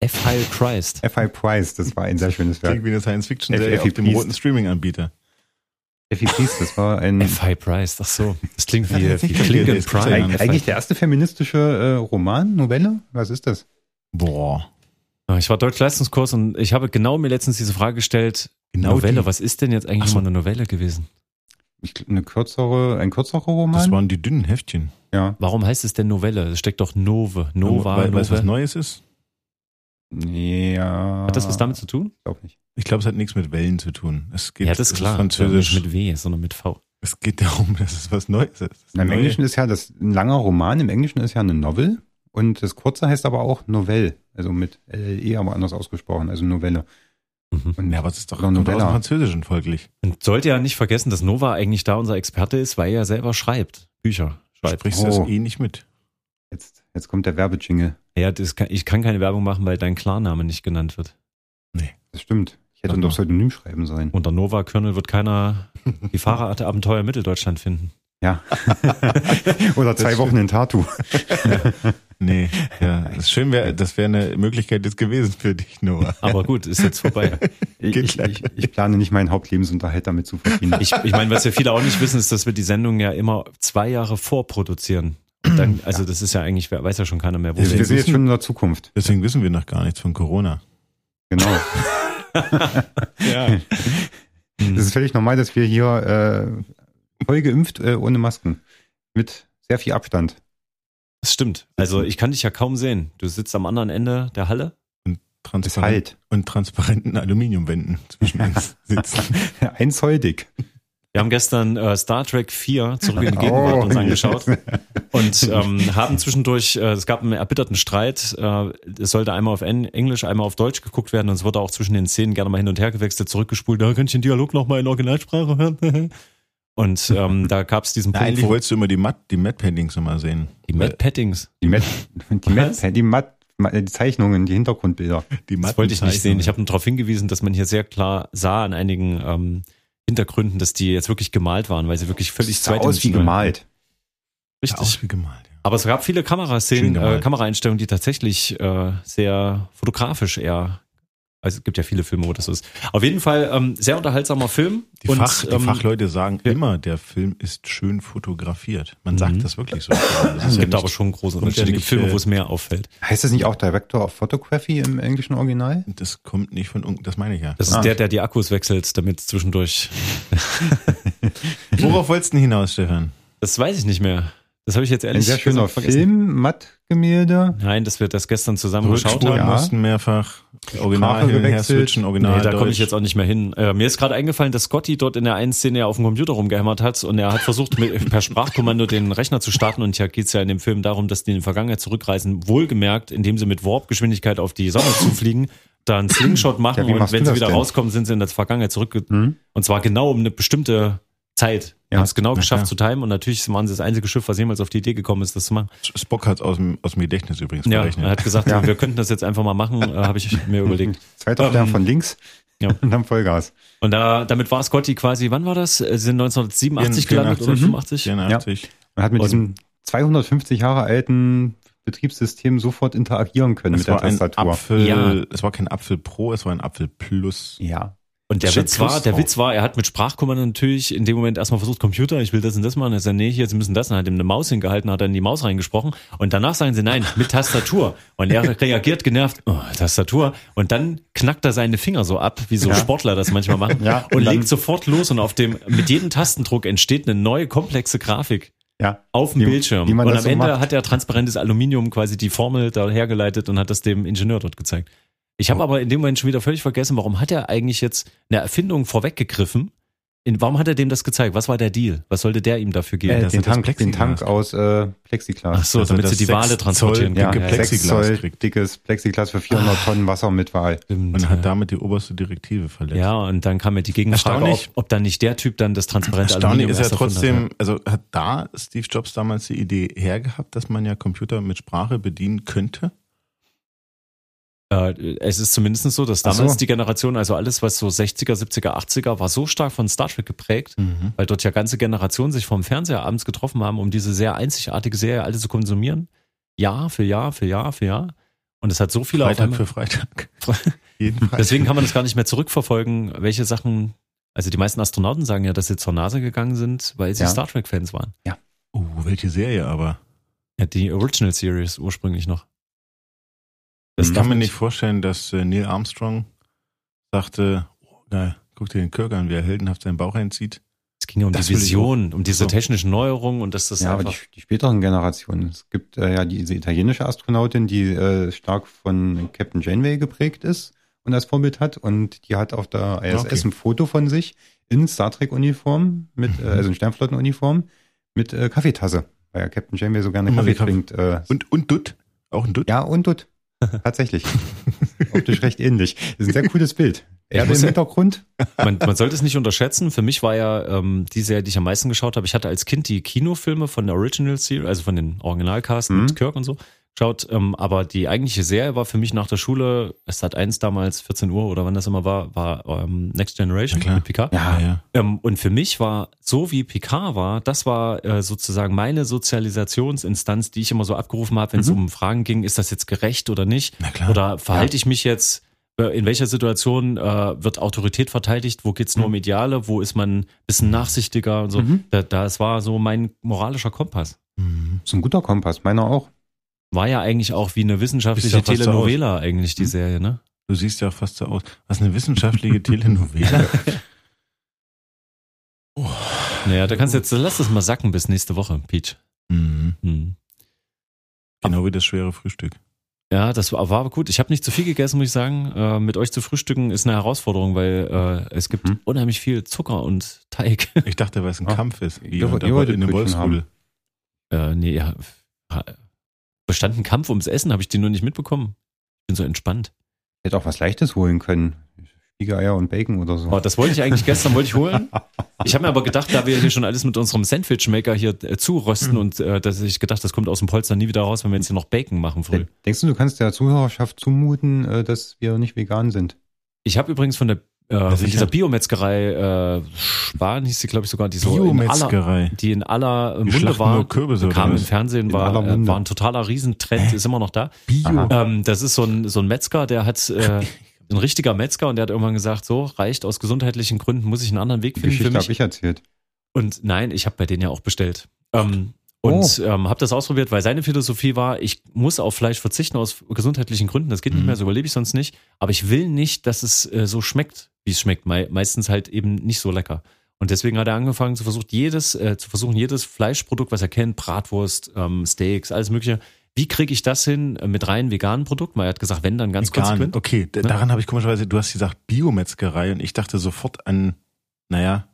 [SPEAKER 2] F. Heil Christ.
[SPEAKER 4] F.H. Priest, das war ein sehr schönes Werk.
[SPEAKER 3] Klingt wie eine Science-Fiction-Serie
[SPEAKER 4] F.F.
[SPEAKER 3] auf dem
[SPEAKER 4] Priest.
[SPEAKER 3] roten Streaming-Anbieter.
[SPEAKER 4] Effie Priest, das war ein
[SPEAKER 2] F. Heil Priest, ach so. Das klingt
[SPEAKER 3] Ähm. Ja,
[SPEAKER 2] wie, wie
[SPEAKER 3] tatsächlich.
[SPEAKER 2] Klingon
[SPEAKER 3] Das gibt's ja
[SPEAKER 2] Prime.
[SPEAKER 3] gar
[SPEAKER 4] Eig- eigentlich der erste feministische äh, Roman, Novelle? Was ist das?
[SPEAKER 3] Boah.
[SPEAKER 2] Ja, Ah, Ich war Deutschleistungskurs und ich habe genau mir letztens diese Frage gestellt, Novelle,
[SPEAKER 3] genau die.
[SPEAKER 2] was ist denn jetzt eigentlich
[SPEAKER 3] Ach so.
[SPEAKER 2] mal eine Novelle gewesen?
[SPEAKER 4] Ich, gl- eine kürzere, ein kürzerer Roman?
[SPEAKER 3] Das waren die dünnen Heftchen.
[SPEAKER 4] ja.
[SPEAKER 2] Warum heißt es denn Novelle? Es steckt doch Nove, Nova,
[SPEAKER 3] weil, weil es was
[SPEAKER 2] Nove.
[SPEAKER 3] Neues ist?
[SPEAKER 4] ja.
[SPEAKER 2] Hat das
[SPEAKER 3] Ah.
[SPEAKER 2] was damit zu tun?
[SPEAKER 4] Ich glaube nicht.
[SPEAKER 3] Ich glaube, es hat nichts mit Wellen zu tun. Es geht,
[SPEAKER 2] Ja, das
[SPEAKER 3] es
[SPEAKER 2] ist klar.
[SPEAKER 3] Französisch.
[SPEAKER 2] Nicht mit W, sondern mit V.
[SPEAKER 3] es geht darum, dass es was Neues ist.
[SPEAKER 4] Na, Im Englischen ist ja das ein langer Roman, im Englischen ist ja eine Novel und das kurze heißt aber auch Novelle, also mit LLE aber anders ausgesprochen, also Novelle.
[SPEAKER 2] Mhm.
[SPEAKER 4] Und
[SPEAKER 3] Ja, aber es ist doch
[SPEAKER 4] Oder
[SPEAKER 3] kommt aus
[SPEAKER 4] Novella.
[SPEAKER 3] dem Französischen folglich.
[SPEAKER 2] Und sollte ja nicht vergessen, dass Nova eigentlich da unser Experte ist, weil er selber schreibt. Bücher
[SPEAKER 3] Du
[SPEAKER 2] schreibt.
[SPEAKER 3] sprichst das
[SPEAKER 4] Oh.
[SPEAKER 3] eh nicht mit.
[SPEAKER 4] jetzt, jetzt kommt der Werbejingle.
[SPEAKER 2] Ja, das kann, ich kann keine Werbung machen, weil dein Klarname nicht genannt wird.
[SPEAKER 4] Das stimmt. Ich hätte unter Pseudonym schreiben sollen.
[SPEAKER 2] Unter Nova Colonel wird keiner die Fahrradabenteuer Mitteldeutschland finden.
[SPEAKER 4] Ja. Oder zwei Wochen in Tartu.
[SPEAKER 3] Nee, ja. Das schön wäre, das wäre eine Möglichkeit jetzt gewesen für dich, Noah.
[SPEAKER 2] Aber gut, ist jetzt vorbei.
[SPEAKER 4] Ich,
[SPEAKER 3] Geht
[SPEAKER 4] ich,
[SPEAKER 3] gleich.
[SPEAKER 4] ich, ich plane nicht meinen Hauptlebensunterhalt damit zu verdienen.
[SPEAKER 2] Ich, ich meine, was ja viele auch nicht wissen, ist, dass wir die Sendung ja immer zwei Jahre vorproduzieren. Und dann, also das ist ja eigentlich, wer- weiß ja schon keiner mehr, wo
[SPEAKER 3] Ja,
[SPEAKER 2] wir
[SPEAKER 4] wir
[SPEAKER 2] sind.
[SPEAKER 4] sind jetzt schon in der Zukunft.
[SPEAKER 3] Deswegen wissen wir noch gar nichts von Corona.
[SPEAKER 4] Genau.
[SPEAKER 2] Ja. Hm.
[SPEAKER 4] Es ist völlig normal, dass wir hier äh, voll geimpft äh, ohne Masken. Mit sehr viel Abstand.
[SPEAKER 2] Das stimmt. Also ich kann dich ja kaum sehen. Du sitzt am anderen Ende der Halle.
[SPEAKER 4] Das
[SPEAKER 3] Transparent
[SPEAKER 4] halt.
[SPEAKER 3] und transparenten Aluminiumwänden zwischen uns sitzen.
[SPEAKER 4] Ein Zoll dick.
[SPEAKER 2] Wir haben gestern äh, Star Trek 4 zurück
[SPEAKER 4] Oh.
[SPEAKER 2] in die Gegenwart uns angeschaut und ähm, haben zwischendurch, äh, es gab einen erbitterten Streit, äh, es sollte einmal auf En- Englisch, einmal auf Deutsch geguckt werden und es wurde auch zwischen den Szenen gerne mal hin und her gewechselt, zurückgespult, da könnte ich den Dialog nochmal in Originalsprache hören. Und ähm, da gab es diesen
[SPEAKER 3] Na,
[SPEAKER 2] Punkt,
[SPEAKER 3] eigentlich
[SPEAKER 2] wo
[SPEAKER 3] wolltest du immer die Matt, die Matt-Paintings nochmal sehen.
[SPEAKER 2] die Matt Pattings,
[SPEAKER 4] Die Met, die, Met, die, Mat, äh, die Zeichnungen, die Hintergrundbilder.
[SPEAKER 3] Die
[SPEAKER 2] das wollte ich nicht sehen. Ich habe nur darauf hingewiesen, dass man hier sehr klar sah an einigen ähm, Hintergründen, dass die jetzt wirklich gemalt waren, weil sie wirklich völlig
[SPEAKER 4] Das sah aus wie
[SPEAKER 2] zweidimensional-
[SPEAKER 4] gemalt.
[SPEAKER 2] Richtig.
[SPEAKER 3] auch wie gemalt. Ja.
[SPEAKER 2] Aber es gab viele Kameraszenen,
[SPEAKER 3] Schön gemalt.
[SPEAKER 2] äh, Kameraeinstellungen, die tatsächlich äh, sehr fotografisch eher. Also es gibt ja viele Filme, wo das so ist. Auf jeden Fall ähm, sehr unterhaltsamer Film.
[SPEAKER 3] Die, Fach, die Fachleute sagen
[SPEAKER 2] ähm, ja.
[SPEAKER 3] immer, der Film ist schön fotografiert. Man
[SPEAKER 2] Mhm.
[SPEAKER 3] sagt das wirklich so. Das
[SPEAKER 2] es
[SPEAKER 3] ist ja
[SPEAKER 2] gibt
[SPEAKER 3] nicht-
[SPEAKER 2] aber schon einen großen
[SPEAKER 3] kommt
[SPEAKER 2] Unterschied.
[SPEAKER 3] ja
[SPEAKER 2] Es gibt
[SPEAKER 3] nicht,
[SPEAKER 2] Filme,
[SPEAKER 3] äh,
[SPEAKER 2] wo es mehr auffällt.
[SPEAKER 4] Heißt das nicht auch Director of Photography im englischen Original?
[SPEAKER 3] Das kommt nicht von unten, das meine ich ja.
[SPEAKER 2] Das ist
[SPEAKER 4] ah.
[SPEAKER 2] der, der die Akkus wechselt, damit zwischendurch.
[SPEAKER 3] Worauf wolltest du denn hinaus, Stefan?
[SPEAKER 2] Das weiß ich nicht mehr. Das habe ich jetzt
[SPEAKER 4] Ein
[SPEAKER 2] ehrlich
[SPEAKER 4] sehr schöner
[SPEAKER 2] gesagt vergessen.
[SPEAKER 4] Film, Mattgemälde.
[SPEAKER 2] Nein, dass wir das gestern zusammen geschaut
[SPEAKER 3] Rückspulen
[SPEAKER 2] haben.
[SPEAKER 4] ja.
[SPEAKER 3] mussten mehrfach, Original
[SPEAKER 4] Sprache
[SPEAKER 3] hin und her
[SPEAKER 4] gewechselt.
[SPEAKER 3] switchen, Original
[SPEAKER 2] Nee, da komme ich
[SPEAKER 3] Deutsch.
[SPEAKER 2] jetzt auch nicht mehr hin. Äh, mir ist gerade eingefallen, dass Scotty dort in der einen Szene ja auf dem Computer rumgehämmert hat und er hat versucht, mit, per Sprachkommando den Rechner zu starten. Und hier geht's ja in dem Film darum, dass die in die Vergangenheit zurückreisen, wohlgemerkt, indem sie mit Warp-Geschwindigkeit auf die Sonne zufliegen, da einen Slingshot machen
[SPEAKER 4] Ja, wie
[SPEAKER 2] und
[SPEAKER 4] machst
[SPEAKER 2] wenn
[SPEAKER 4] du
[SPEAKER 2] sie
[SPEAKER 4] das
[SPEAKER 2] wieder
[SPEAKER 4] denn?
[SPEAKER 2] rauskommen, sind sie in der Vergangenheit zurück.
[SPEAKER 4] Hm?
[SPEAKER 2] Und zwar genau um eine bestimmte Zeit.
[SPEAKER 4] Ja.
[SPEAKER 2] Haben es genau
[SPEAKER 3] Na
[SPEAKER 2] geschafft
[SPEAKER 3] klar.
[SPEAKER 2] zu timen und natürlich waren sie das einzige Schiff, was jemals auf die Idee gekommen ist, das zu machen.
[SPEAKER 3] Spock hat es aus dem, aus dem Gedächtnis übrigens
[SPEAKER 2] Ja, er
[SPEAKER 3] berechnet.
[SPEAKER 2] hat gesagt,
[SPEAKER 4] Ja.
[SPEAKER 2] wir könnten das jetzt einfach mal machen, äh, habe ich mir überlegt.
[SPEAKER 4] Hm? Zweiter Stern von links
[SPEAKER 2] ja.
[SPEAKER 4] und dann Vollgas.
[SPEAKER 2] Und da, damit war Scotty quasi, wann war das? Äh, Sie
[SPEAKER 4] Genau.
[SPEAKER 2] sind 1987 gelandet
[SPEAKER 4] Mhm.
[SPEAKER 2] oder Mhm. 85?
[SPEAKER 3] 84.
[SPEAKER 4] Und hat mit
[SPEAKER 2] Und-
[SPEAKER 4] diesem 250 Jahre alten Betriebssystem sofort interagieren können
[SPEAKER 3] Es
[SPEAKER 4] mit der
[SPEAKER 3] war ein
[SPEAKER 4] Tastatur.
[SPEAKER 3] Apfel,
[SPEAKER 2] Ja.
[SPEAKER 3] es war kein Apfel Pro, es war ein Apfel Plus.
[SPEAKER 4] Ja.
[SPEAKER 2] Und der
[SPEAKER 3] Stand
[SPEAKER 2] Witz war,
[SPEAKER 3] Plus
[SPEAKER 2] der
[SPEAKER 3] drauf.
[SPEAKER 2] Witz war, er hat mit Sprachkommando natürlich in dem Moment erstmal versucht, Computer, ich will das und das machen. Er sagt, nee, hier, sie müssen das. Und hat ihm eine Maus hingehalten, hat dann die Maus reingesprochen. Und danach sagen sie, nein, mit Tastatur. Und er reagiert genervt, oh, Tastatur. Und dann knackt er seine Finger so ab, wie so Sportler das manchmal machen.
[SPEAKER 4] Ja,
[SPEAKER 2] und
[SPEAKER 4] und dann-
[SPEAKER 2] legt sofort los. Und auf dem, mit jedem Tastendruck entsteht eine neue komplexe Grafik.
[SPEAKER 4] Ja.
[SPEAKER 2] Auf dem
[SPEAKER 4] Wie-
[SPEAKER 2] Bildschirm.
[SPEAKER 4] wie man
[SPEAKER 2] und am
[SPEAKER 4] das so
[SPEAKER 2] Ende
[SPEAKER 4] macht.
[SPEAKER 2] hat er transparentes Aluminium quasi die Formel da hergeleitet und hat das dem Ingenieur dort gezeigt. Ich habe aber in dem Moment schon wieder völlig vergessen, warum hat er eigentlich jetzt eine Erfindung vorweggegriffen? In, warum hat er dem das gezeigt? Was war der Deal? Was sollte der ihm dafür geben?
[SPEAKER 4] Äh,
[SPEAKER 3] das
[SPEAKER 4] den,
[SPEAKER 3] ist das
[SPEAKER 4] Tank, den
[SPEAKER 3] Plexiglas.
[SPEAKER 4] Tank aus äh,
[SPEAKER 2] Ach
[SPEAKER 4] Plexiglas.
[SPEAKER 2] so,
[SPEAKER 3] dass er
[SPEAKER 2] damit sie
[SPEAKER 3] das
[SPEAKER 2] die
[SPEAKER 3] sechs
[SPEAKER 2] Wale transportieren
[SPEAKER 3] Zoll
[SPEAKER 2] können.
[SPEAKER 3] dicke
[SPEAKER 2] Ja,
[SPEAKER 3] Plexi-
[SPEAKER 2] ja,
[SPEAKER 4] sechs
[SPEAKER 3] Plexiglas
[SPEAKER 4] Zoll
[SPEAKER 3] kriegt.
[SPEAKER 4] dickes Plexiglas für 400 Tonnen Wasser mit Wahl.
[SPEAKER 2] stimmt,
[SPEAKER 3] Und
[SPEAKER 2] ja.
[SPEAKER 3] hat damit die oberste Direktive verletzt.
[SPEAKER 2] ja, und dann kam ja die Gegenfrage, ob,
[SPEAKER 3] Erstaunlich.
[SPEAKER 2] ob dann nicht der Typ dann das transparente
[SPEAKER 3] Erstaunlich
[SPEAKER 2] Aluminium
[SPEAKER 3] ist ja
[SPEAKER 2] erst erfunden hat.
[SPEAKER 3] trotzdem, also hat da Steve Jobs damals die Idee hergehabt, dass man ja Computer mit Sprache bedienen könnte?
[SPEAKER 2] Äh, es ist zumindest so, dass
[SPEAKER 4] Ach so.
[SPEAKER 2] damals die Generation, also alles, was so 60er, 70er, 80er, war so stark von Star Trek geprägt, weil dort ja ganze Generationen sich vom Fernseher abends getroffen haben, um diese sehr einzigartige Serie alle zu konsumieren. Jahr für Jahr für Jahr für Jahr. Und es hat so viele auf
[SPEAKER 3] Freitag
[SPEAKER 2] einmal-
[SPEAKER 3] für Freitag. Jeden Freitag.
[SPEAKER 2] Deswegen kann man das gar nicht mehr zurückverfolgen, welche Sachen. Also die meisten Astronauten sagen ja, dass sie zur NASA gegangen sind, weil sie
[SPEAKER 4] Ja.
[SPEAKER 2] Star Trek-Fans waren.
[SPEAKER 3] Oh, welche Serie aber?
[SPEAKER 2] Ja, die Original Series ursprünglich noch.
[SPEAKER 3] Das
[SPEAKER 4] Mhm.
[SPEAKER 3] kann man nicht vorstellen, dass äh, Neil Armstrong sagte, oh, geil, guck dir den Kirk an, wie er heldenhaft seinen Bauch einzieht.
[SPEAKER 2] Es ging ja um
[SPEAKER 3] Das
[SPEAKER 2] die
[SPEAKER 3] will ich
[SPEAKER 2] Vision, um diese
[SPEAKER 3] So.
[SPEAKER 2] technischen Neuerungen und dass das
[SPEAKER 4] Ja, aber
[SPEAKER 2] einfach.
[SPEAKER 4] die, die späteren Generationen. Es gibt äh, ja diese italienische Astronautin, die äh, stark von Captain Janeway geprägt ist und als Vorbild hat. Und die hat auf der ISS
[SPEAKER 3] Ah, Okay. Mhm.
[SPEAKER 4] ein Foto von sich in Star Trek-Uniform, mit, äh, also in Sternflottenuniform, mit äh, Kaffeetasse, weil ja Captain Janeway so gerne
[SPEAKER 3] Immer
[SPEAKER 4] Kaffee
[SPEAKER 3] die Kaffee-
[SPEAKER 4] trinkt. Äh,
[SPEAKER 3] Und, und Dutt? Auch ein Dutt?
[SPEAKER 4] ja, und tut. Tatsächlich. Optisch recht ähnlich. Das ist ein sehr cooles Bild. Er im
[SPEAKER 3] muss ja-
[SPEAKER 4] Hintergrund.
[SPEAKER 2] Man, man sollte es nicht unterschätzen. Für mich war ja ähm, die Serie, die ich am meisten geschaut habe. Ich hatte als Kind die Kinofilme von der Original Series, also von den Originalcasts
[SPEAKER 4] Mhm.
[SPEAKER 2] mit Kirk und so Schaut, ähm, aber die eigentliche Serie war für mich nach der Schule, es hat eins damals, 14 Uhr oder wann das immer war, war ähm, Next Generation
[SPEAKER 3] Na klar.
[SPEAKER 2] mit Picard.
[SPEAKER 3] Ja, ja.
[SPEAKER 2] Ähm, und für mich war, so wie Picard war, das war äh, sozusagen meine Sozialisationsinstanz, die ich immer so abgerufen habe, wenn es
[SPEAKER 3] Mhm.
[SPEAKER 2] um Fragen ging, ist das jetzt gerecht oder nicht?
[SPEAKER 3] Na klar.
[SPEAKER 2] Oder verhalte ich mich jetzt, äh, in welcher Situation äh, wird Autorität verteidigt, wo geht's nur
[SPEAKER 3] Mhm.
[SPEAKER 2] um Ideale, wo ist man ein bisschen nachsichtiger
[SPEAKER 3] also
[SPEAKER 2] und so.
[SPEAKER 4] Mhm.
[SPEAKER 2] Da, das war so mein moralischer Kompass.
[SPEAKER 3] Mhm.
[SPEAKER 4] Ist ein guter Kompass, meiner auch.
[SPEAKER 2] War ja eigentlich auch wie eine
[SPEAKER 3] Ist ja
[SPEAKER 2] wissenschaftliche
[SPEAKER 3] fast so
[SPEAKER 2] Telenovela eigentlich, die
[SPEAKER 3] Mhm.
[SPEAKER 2] Serie, ne?
[SPEAKER 3] Du siehst ja fast so aus. Was eine wissenschaftliche Telenovela. oh.
[SPEAKER 2] Naja, da kannst du jetzt, lass das mal sacken bis nächste Woche, Peach.
[SPEAKER 3] Mhm.
[SPEAKER 2] Hm.
[SPEAKER 3] Genau wie das schwere Frühstück.
[SPEAKER 2] Ja, das war, war aber gut. Ich habe nicht zu viel gegessen, muss ich sagen. Äh, mit euch zu frühstücken ist eine Herausforderung, weil äh, es gibt
[SPEAKER 4] Mhm.
[SPEAKER 2] unheimlich viel Zucker und Teig.
[SPEAKER 3] Ich dachte, weil es ein
[SPEAKER 4] Ah.
[SPEAKER 3] Kampf ist. Wie
[SPEAKER 4] Ihr wollt- ihr wolltet
[SPEAKER 3] in der
[SPEAKER 4] Brötchen
[SPEAKER 3] Wolfsrudel.
[SPEAKER 2] Äh, nee, ja. ha- Bestand ein Kampf ums Essen, habe ich den nur nicht mitbekommen. Ich bin so entspannt.
[SPEAKER 4] Hätte auch was Leichtes holen können. Spiegeleier und Bacon oder so.
[SPEAKER 2] Oh, das wollte ich eigentlich gestern, wollte ich holen. Ich habe mir aber gedacht, da wir hier schon alles mit unserem Sandwichmaker hier äh, zurösten
[SPEAKER 3] Hm.
[SPEAKER 2] und äh, dass ich gedacht, das kommt aus dem Polster nie wieder raus, wenn wir jetzt hier noch Bacon machen früh.
[SPEAKER 4] Denkst du, du kannst der Zuhörerschaft zumuten, äh, dass wir nicht vegan sind?
[SPEAKER 2] Ich habe übrigens von der äh, von
[SPEAKER 3] sicher.
[SPEAKER 2] dieser Biometzgerei äh, Spahn hieß sie, glaube ich, sogar, die so in aller,
[SPEAKER 3] Biometzgerei.
[SPEAKER 2] die in aller
[SPEAKER 3] Die
[SPEAKER 2] Munde
[SPEAKER 3] schlachten
[SPEAKER 2] war,
[SPEAKER 3] nur Kürbisse oder
[SPEAKER 2] kam im
[SPEAKER 3] was?
[SPEAKER 2] Fernsehen,
[SPEAKER 4] In
[SPEAKER 2] war,
[SPEAKER 4] aller
[SPEAKER 2] äh,
[SPEAKER 4] Munde.
[SPEAKER 2] war ein totaler Riesentrend, ist immer noch da.
[SPEAKER 3] Bio.
[SPEAKER 4] Hm.
[SPEAKER 2] Ähm, das ist so ein, so ein Metzger, der hat äh, ein richtiger Metzger und der hat irgendwann gesagt, so reicht aus gesundheitlichen Gründen, muss ich einen anderen Weg
[SPEAKER 4] Die
[SPEAKER 2] finden für
[SPEAKER 4] Geschichte habe
[SPEAKER 2] mich.
[SPEAKER 4] ich erzählt.
[SPEAKER 2] Und nein, ich habe bei denen ja auch bestellt. Ähm,
[SPEAKER 3] Oh.
[SPEAKER 2] und ähm, habe das ausprobiert, weil seine Philosophie war, ich muss auf Fleisch verzichten aus gesundheitlichen Gründen. Das geht nicht
[SPEAKER 3] Mhm.
[SPEAKER 2] mehr, so überlebe ich sonst nicht. Aber ich will nicht, dass es äh, so schmeckt, wie es schmeckt. Mei meistens halt eben nicht so lecker. Und deswegen hat er angefangen zu versuchen, jedes, äh, zu versuchen, jedes Fleischprodukt, was er kennt, Bratwurst, ähm, Steaks, alles mögliche. Wie kriege ich das hin äh, mit rein veganen Produkten? Weil er hat gesagt, wenn, dann ganz
[SPEAKER 3] Vegan.
[SPEAKER 2] konsequent.
[SPEAKER 3] Okay, d-
[SPEAKER 2] Ne?
[SPEAKER 3] daran habe ich komischerweise, du hast gesagt Biometzgerei und ich dachte sofort an, naja,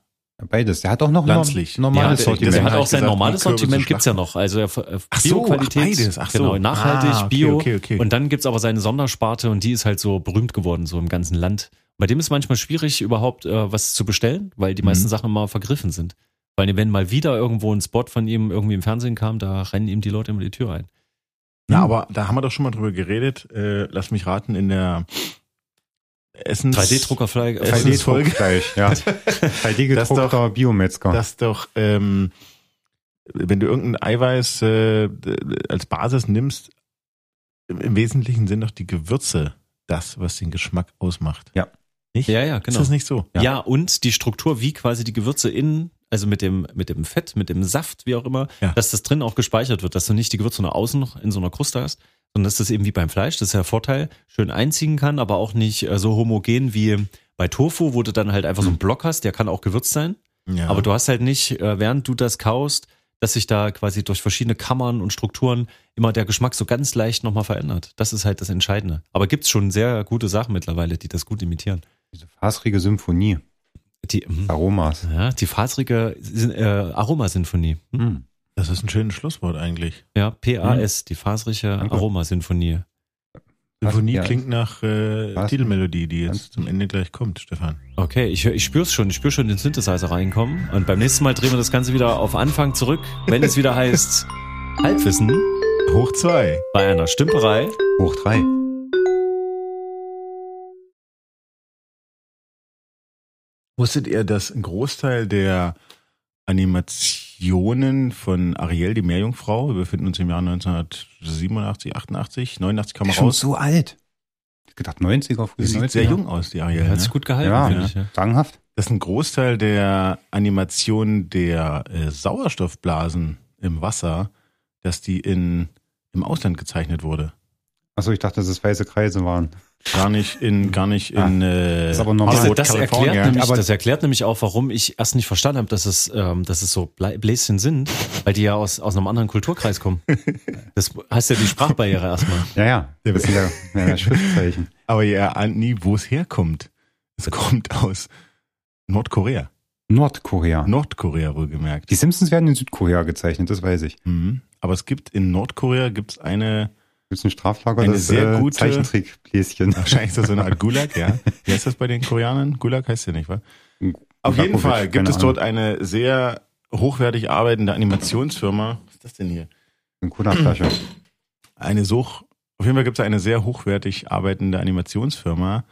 [SPEAKER 4] Beides. Der hat auch noch
[SPEAKER 3] Landslich.
[SPEAKER 4] ein
[SPEAKER 2] Ja,
[SPEAKER 4] normales
[SPEAKER 2] der,
[SPEAKER 3] Sortiment.
[SPEAKER 2] der hat
[SPEAKER 3] Hab
[SPEAKER 2] auch
[SPEAKER 3] ich
[SPEAKER 2] sein
[SPEAKER 3] gesagt,
[SPEAKER 2] normales
[SPEAKER 3] die Kürbisse
[SPEAKER 2] Sortiment gibt's ja
[SPEAKER 3] schlachten.
[SPEAKER 2] noch. Also er äh,
[SPEAKER 3] ach so, ach,
[SPEAKER 2] Bio-Qualität,
[SPEAKER 3] beides, ach so.
[SPEAKER 2] genau, nachhaltig,
[SPEAKER 3] Ah, okay,
[SPEAKER 2] Bio.
[SPEAKER 3] Okay, okay,
[SPEAKER 2] Und dann gibt's aber seine Sondersparte und die ist halt so berühmt geworden, so im ganzen Land. Bei dem ist manchmal schwierig, überhaupt äh, was zu bestellen, weil die
[SPEAKER 3] Mhm.
[SPEAKER 2] meisten Sachen immer vergriffen sind. Weil wenn mal wieder irgendwo ein Spot von ihm irgendwie im Fernsehen kam, da rennen ihm die Leute immer die Tür ein.
[SPEAKER 3] Na, aber da haben wir doch schon mal drüber geredet. Äh, lass mich raten, in der Essens...
[SPEAKER 2] 3D-Druckerfleisch.
[SPEAKER 3] Es ist Folge.
[SPEAKER 4] Fleisch, ja. 3D
[SPEAKER 3] Das doch-
[SPEAKER 4] gedruckter Biometzger.
[SPEAKER 3] dass doch, ähm, wenn du irgendein Eiweiß äh, d- als Basis nimmst, im, im Wesentlichen sind doch die Gewürze das, was den Geschmack ausmacht.
[SPEAKER 4] Ja.
[SPEAKER 3] Nicht?
[SPEAKER 2] Ja, ja, genau.
[SPEAKER 3] Ist das nicht so?
[SPEAKER 2] Ja. und die Struktur, wie quasi die Gewürze innen, also mit dem, mit dem Fett, mit dem Saft, wie auch immer,
[SPEAKER 3] Ja.
[SPEAKER 2] dass das drin auch gespeichert wird, dass du nicht die Gewürze nur außen noch in so einer Kruste hast, sondern dass das eben wie beim Fleisch, das ist ja der Vorteil, schön einziehen kann, aber auch nicht äh, so homogen wie bei Tofu, wo du dann halt einfach so einen Block hast, der kann auch gewürzt sein,
[SPEAKER 3] Hm. Ja.
[SPEAKER 2] aber du hast halt nicht, äh, während du das kaust, dass sich da quasi durch verschiedene Kammern und Strukturen immer der Geschmack so ganz leicht nochmal verändert. Das ist halt das Entscheidende. Aber gibt's schon sehr gute Sachen mittlerweile, die das gut imitieren.
[SPEAKER 4] Diese fasrige Symphonie.
[SPEAKER 2] Die, mhm.
[SPEAKER 4] Aromas.
[SPEAKER 2] Ja, die fasrige Sin- äh, Aromasinfonie. Hm?
[SPEAKER 4] Hm.
[SPEAKER 3] das ist ein schönes Schlusswort eigentlich.
[SPEAKER 2] Ja, PAS, die fasrige
[SPEAKER 4] Mhm. Danke.
[SPEAKER 2] Aromasinfonie.
[SPEAKER 4] Was?
[SPEAKER 3] Symphonie
[SPEAKER 4] Ja.
[SPEAKER 3] klingt nach äh,
[SPEAKER 4] Was?
[SPEAKER 3] Titelmelodie, die
[SPEAKER 4] Ganz-
[SPEAKER 3] jetzt zum Ende gleich kommt, Stefan.
[SPEAKER 2] Okay, ich, hör- ich spür's schon, ich spür schon den Synthesizer reinkommen. Und beim nächsten Mal drehen wir das Ganze wieder auf Anfang zurück, wenn es wieder heißt Halbwissen
[SPEAKER 3] Hoch zwei.
[SPEAKER 2] bei einer Stümperei.
[SPEAKER 4] Hoch drei.
[SPEAKER 3] Wusstet ihr, dass ein Großteil der Animationen von Ariel, die Meerjungfrau, wir befinden uns im Jahr 1987, 88, 89 kam
[SPEAKER 4] Ist
[SPEAKER 3] raus.
[SPEAKER 4] so alt. Ich hab gedacht 90er, frühe
[SPEAKER 3] Sie sieht
[SPEAKER 4] 90er.
[SPEAKER 3] sehr jung aus, die Ariel.
[SPEAKER 2] Hat
[SPEAKER 3] Ne?
[SPEAKER 2] sich gut gehalten,
[SPEAKER 4] Ja,
[SPEAKER 2] finde ich. Ja.
[SPEAKER 4] sagenhaft.
[SPEAKER 3] Dass ein Großteil der Animation der äh, Sauerstoffblasen im Wasser, dass die in, im Ausland gezeichnet wurde.
[SPEAKER 4] Achso, ich dachte, dass es weiße Kreise waren.
[SPEAKER 3] Gar nicht in, gar nicht in äh,
[SPEAKER 4] Ah. Ist aber normal.
[SPEAKER 2] Also
[SPEAKER 3] Hollywood,
[SPEAKER 2] das, erklärt
[SPEAKER 3] California.
[SPEAKER 2] nämlich,
[SPEAKER 4] Aber-
[SPEAKER 2] das erklärt nämlich auch, warum ich erst nicht verstanden habe, dass es, ähm, dass es so Blei- Bläschen sind, weil die ja aus, aus einem anderen Kulturkreis kommen. Das heißt ja die Sprachbarriere erstmal.
[SPEAKER 4] Ja, ja. Das sind ja, ja, ja Schriftzeichen.
[SPEAKER 3] Aber ihr ahnt nie, wo es herkommt. Es kommt aus Nordkorea.
[SPEAKER 4] Nordkorea.
[SPEAKER 3] Nordkorea wohlgemerkt.
[SPEAKER 4] Die Simpsons werden in Südkorea gezeichnet, das weiß ich.
[SPEAKER 3] Mhm. Aber es gibt in Nordkorea gibt's eine,
[SPEAKER 4] Gibt es ein Straflager,
[SPEAKER 3] Eine
[SPEAKER 4] das äh,
[SPEAKER 3] sehr gute-
[SPEAKER 4] Zeichentrickbläschen.
[SPEAKER 3] wahrscheinlich ist das so eine Art Gulag, ja. Wie heißt das bei den Koreanern? Gulag heißt ja nicht, wa? Auf jeden Fall gibt es dort eine sehr hochwertig arbeitende Animationsfirma. Was ist das denn hier?
[SPEAKER 4] eine Kodakflasche.
[SPEAKER 3] eine so, auf jeden Fall gibt es eine sehr hochwertig arbeitende Animationsfirma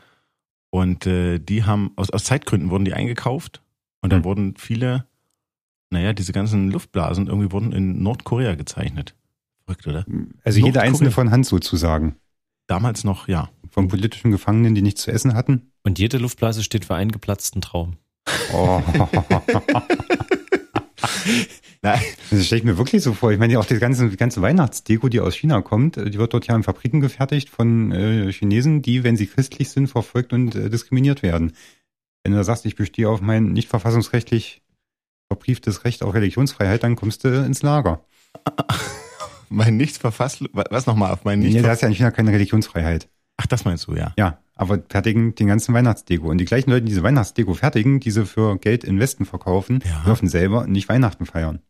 [SPEAKER 3] und äh, die haben, aus, aus Zeitgründen wurden die eingekauft und dann
[SPEAKER 4] Mhm.
[SPEAKER 3] wurden viele, naja, diese ganzen Luftblasen irgendwie wurden in Nordkorea gezeichnet. Verrückt, oder?
[SPEAKER 4] Also jede
[SPEAKER 3] Nordkorea.
[SPEAKER 4] einzelne von Hand sozusagen.
[SPEAKER 3] Damals noch, ja.
[SPEAKER 4] Von politischen Gefangenen, die nichts zu essen hatten.
[SPEAKER 2] Und jede Luftblase steht für einen geplatzten Traum.
[SPEAKER 4] Oh.
[SPEAKER 3] Nein.
[SPEAKER 4] Das stelle ich mir wirklich so vor. Ich meine, auch die ganze, die ganze Weihnachtsdeko, die aus China kommt, äh, die wird dort ja in Fabriken gefertigt von äh, Chinesen, die, wenn sie christlich sind, verfolgt und äh, diskriminiert werden. Wenn du da sagst, ich bestehe auf mein nicht verfassungsrechtlich verbrieftes Recht auf Religionsfreiheit, dann kommst du ins Lager.
[SPEAKER 3] Mein nichts verfasst, was nochmal auf mein
[SPEAKER 4] Nee,
[SPEAKER 3] nichts
[SPEAKER 4] da hast ja in China keine Religionsfreiheit.
[SPEAKER 3] Ach, das meinst du, ja.
[SPEAKER 4] Ja, aber fertigen den ganzen Weihnachtsdeko. Und die gleichen Leute, die diese Weihnachtsdeko fertigen, diese für Geld in Westen verkaufen,
[SPEAKER 3] Ja.
[SPEAKER 4] dürfen selber nicht Weihnachten feiern.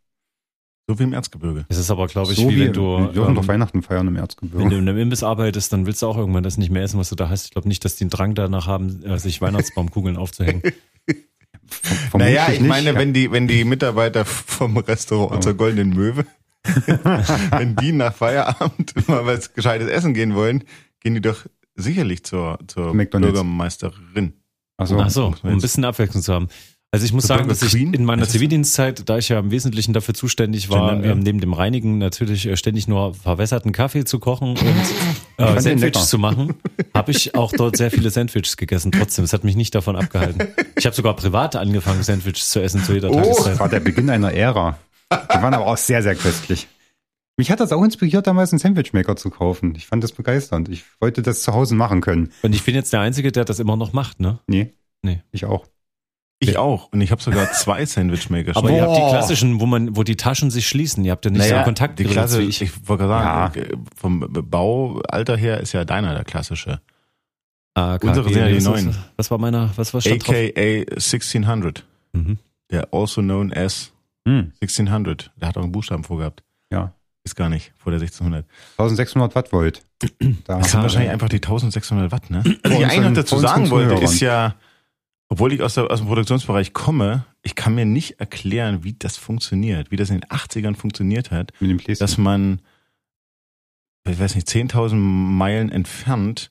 [SPEAKER 3] So wie im Erzgebirge.
[SPEAKER 2] Es ist aber, glaube ich, wie, wenn du,
[SPEAKER 4] wir dürfen
[SPEAKER 2] ähm,
[SPEAKER 4] doch Weihnachten feiern
[SPEAKER 2] wenn
[SPEAKER 4] im
[SPEAKER 2] du
[SPEAKER 4] Erzgebirge.
[SPEAKER 2] in einem Imbiss arbeitest, dann willst du auch irgendwann das nicht mehr essen, was du da hast. Ich glaube nicht, dass die einen Drang danach haben, äh, sich Weihnachtsbaumkugeln aufzuhängen.
[SPEAKER 4] Vermutlich
[SPEAKER 3] naja, ich
[SPEAKER 4] nicht.
[SPEAKER 3] meine,
[SPEAKER 4] Ja.
[SPEAKER 3] wenn die, wenn die Mitarbeiter vom Restaurant
[SPEAKER 4] Ja.
[SPEAKER 3] zur Goldenen Möwe, wenn die nach Feierabend mal was Gescheites essen gehen wollen, gehen die doch sicherlich zur, zur
[SPEAKER 4] McDonald's.
[SPEAKER 3] Bürgermeisterin.
[SPEAKER 4] Also,
[SPEAKER 2] Ach so,
[SPEAKER 3] muss man
[SPEAKER 2] um ein
[SPEAKER 3] jetzt-
[SPEAKER 2] bisschen Abwechslung zu haben. Also ich muss
[SPEAKER 3] The
[SPEAKER 2] sagen,
[SPEAKER 3] Burger
[SPEAKER 2] dass ich
[SPEAKER 3] Queen?
[SPEAKER 2] in meiner
[SPEAKER 3] Ist das-
[SPEAKER 2] Zivildienstzeit, da ich ja im Wesentlichen dafür zuständig war,
[SPEAKER 3] Gendern wir?
[SPEAKER 2] ähm, neben dem Reinigen natürlich äh, ständig nur verwässerten Kaffee zu kochen und
[SPEAKER 4] fand
[SPEAKER 2] äh,
[SPEAKER 4] den
[SPEAKER 2] Sandwiches
[SPEAKER 4] lecker.
[SPEAKER 2] zu machen, habe ich auch dort sehr viele Sandwiches gegessen. Trotzdem, es hat mich nicht davon abgehalten. Ich habe sogar privat angefangen, Sandwiches zu essen zu jeder
[SPEAKER 3] Oh.
[SPEAKER 2] Tageszeit.
[SPEAKER 4] Das war der Beginn einer Ära. Die waren aber auch sehr, sehr köstlich. Mich hat das auch inspiriert, damals einen Sandwichmaker zu kaufen. Ich fand das begeisternd. Ich wollte das zu Hause machen können.
[SPEAKER 2] Und ich bin jetzt der Einzige, der das immer noch macht, ne?
[SPEAKER 4] Nee.
[SPEAKER 2] Nee.
[SPEAKER 4] Ich auch.
[SPEAKER 3] Ich auch. Und ich habe sogar zwei Sandwichmaker
[SPEAKER 2] Aber
[SPEAKER 3] schon.
[SPEAKER 2] ihr habt die
[SPEAKER 4] Boah.
[SPEAKER 2] klassischen, wo man, wo die Taschen sich schließen. Ihr habt ja nicht so einen Kontakt
[SPEAKER 3] die Klasse,
[SPEAKER 2] wie
[SPEAKER 3] ich,
[SPEAKER 2] ich.
[SPEAKER 3] wollte gerade sagen, äh, vom Baualter her ist ja deiner der klassische.
[SPEAKER 2] Ah,
[SPEAKER 3] unsere sind ja die
[SPEAKER 2] was-
[SPEAKER 3] neuen.
[SPEAKER 2] Was war meiner, was war stand drauf?
[SPEAKER 3] AKA 1600.
[SPEAKER 2] Mhm.
[SPEAKER 3] Der also known as
[SPEAKER 4] Hm,
[SPEAKER 3] 1600. Der hat auch einen Buchstaben vorgehabt.
[SPEAKER 4] ja.
[SPEAKER 3] Ist gar nicht vor der 1600.
[SPEAKER 4] 1600 Watt Volt. Hm. Da halt
[SPEAKER 3] Das sind wahrscheinlich einfach die 1600 Watt, ne? Was ich
[SPEAKER 4] unseren-
[SPEAKER 3] eigentlich noch dazu
[SPEAKER 4] vor
[SPEAKER 3] sagen
[SPEAKER 4] unseren
[SPEAKER 3] wollte,
[SPEAKER 4] Zuhörern.
[SPEAKER 3] ist ja, obwohl ich aus, der, aus dem Produktionsbereich komme, ich kann mir nicht erklären, wie das funktioniert, wie das in den 80ern funktioniert hat,
[SPEAKER 4] mit dem Pläschen.
[SPEAKER 3] dass man, ich weiß nicht, 10.000 Meilen entfernt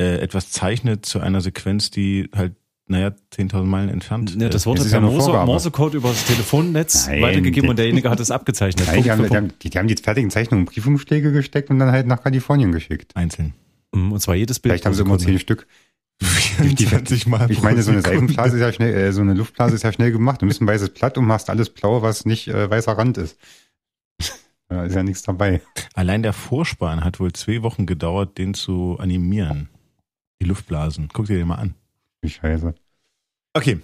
[SPEAKER 3] äh, etwas zeichnet zu einer Sequenz, die halt, naja, 10.000 Meilen entfernt äh,
[SPEAKER 2] Ne, das wurde
[SPEAKER 4] Es ist
[SPEAKER 2] per
[SPEAKER 4] ja nur
[SPEAKER 2] Morse,
[SPEAKER 4] Vorgabe.
[SPEAKER 2] Morsecode über das Telefonnetz
[SPEAKER 4] Nein,
[SPEAKER 2] weitergegeben
[SPEAKER 4] der-
[SPEAKER 2] und derjenige hat es abgezeichnet.
[SPEAKER 4] Nein, die,
[SPEAKER 2] Punkt
[SPEAKER 4] haben,
[SPEAKER 2] für
[SPEAKER 4] die, haben, die, die haben die fertigen Zeichnungen in Briefumschläge gesteckt und dann halt nach Kalifornien geschickt.
[SPEAKER 3] einzeln.
[SPEAKER 2] Punkt. Mm, Und zwar jedes Bild.
[SPEAKER 4] Vielleicht haben sie immer zehn Stück. die-
[SPEAKER 3] 24 Mal
[SPEAKER 4] Ich
[SPEAKER 3] pro
[SPEAKER 4] meine, so eine
[SPEAKER 3] Sekunde.
[SPEAKER 4] Seifenblase ist ja schnell, äh, so eine Luftblase ist ja schnell gemacht. Du bist ein weißes Blatt und machst alles blau, was nicht äh, weißer Rand ist. Da ist ja nichts dabei.
[SPEAKER 3] Allein der Vorspann hat wohl zwei Wochen gedauert, den zu animieren. Die Luftblasen. Guck dir den mal an.
[SPEAKER 4] Wie scheiße.
[SPEAKER 3] Okay.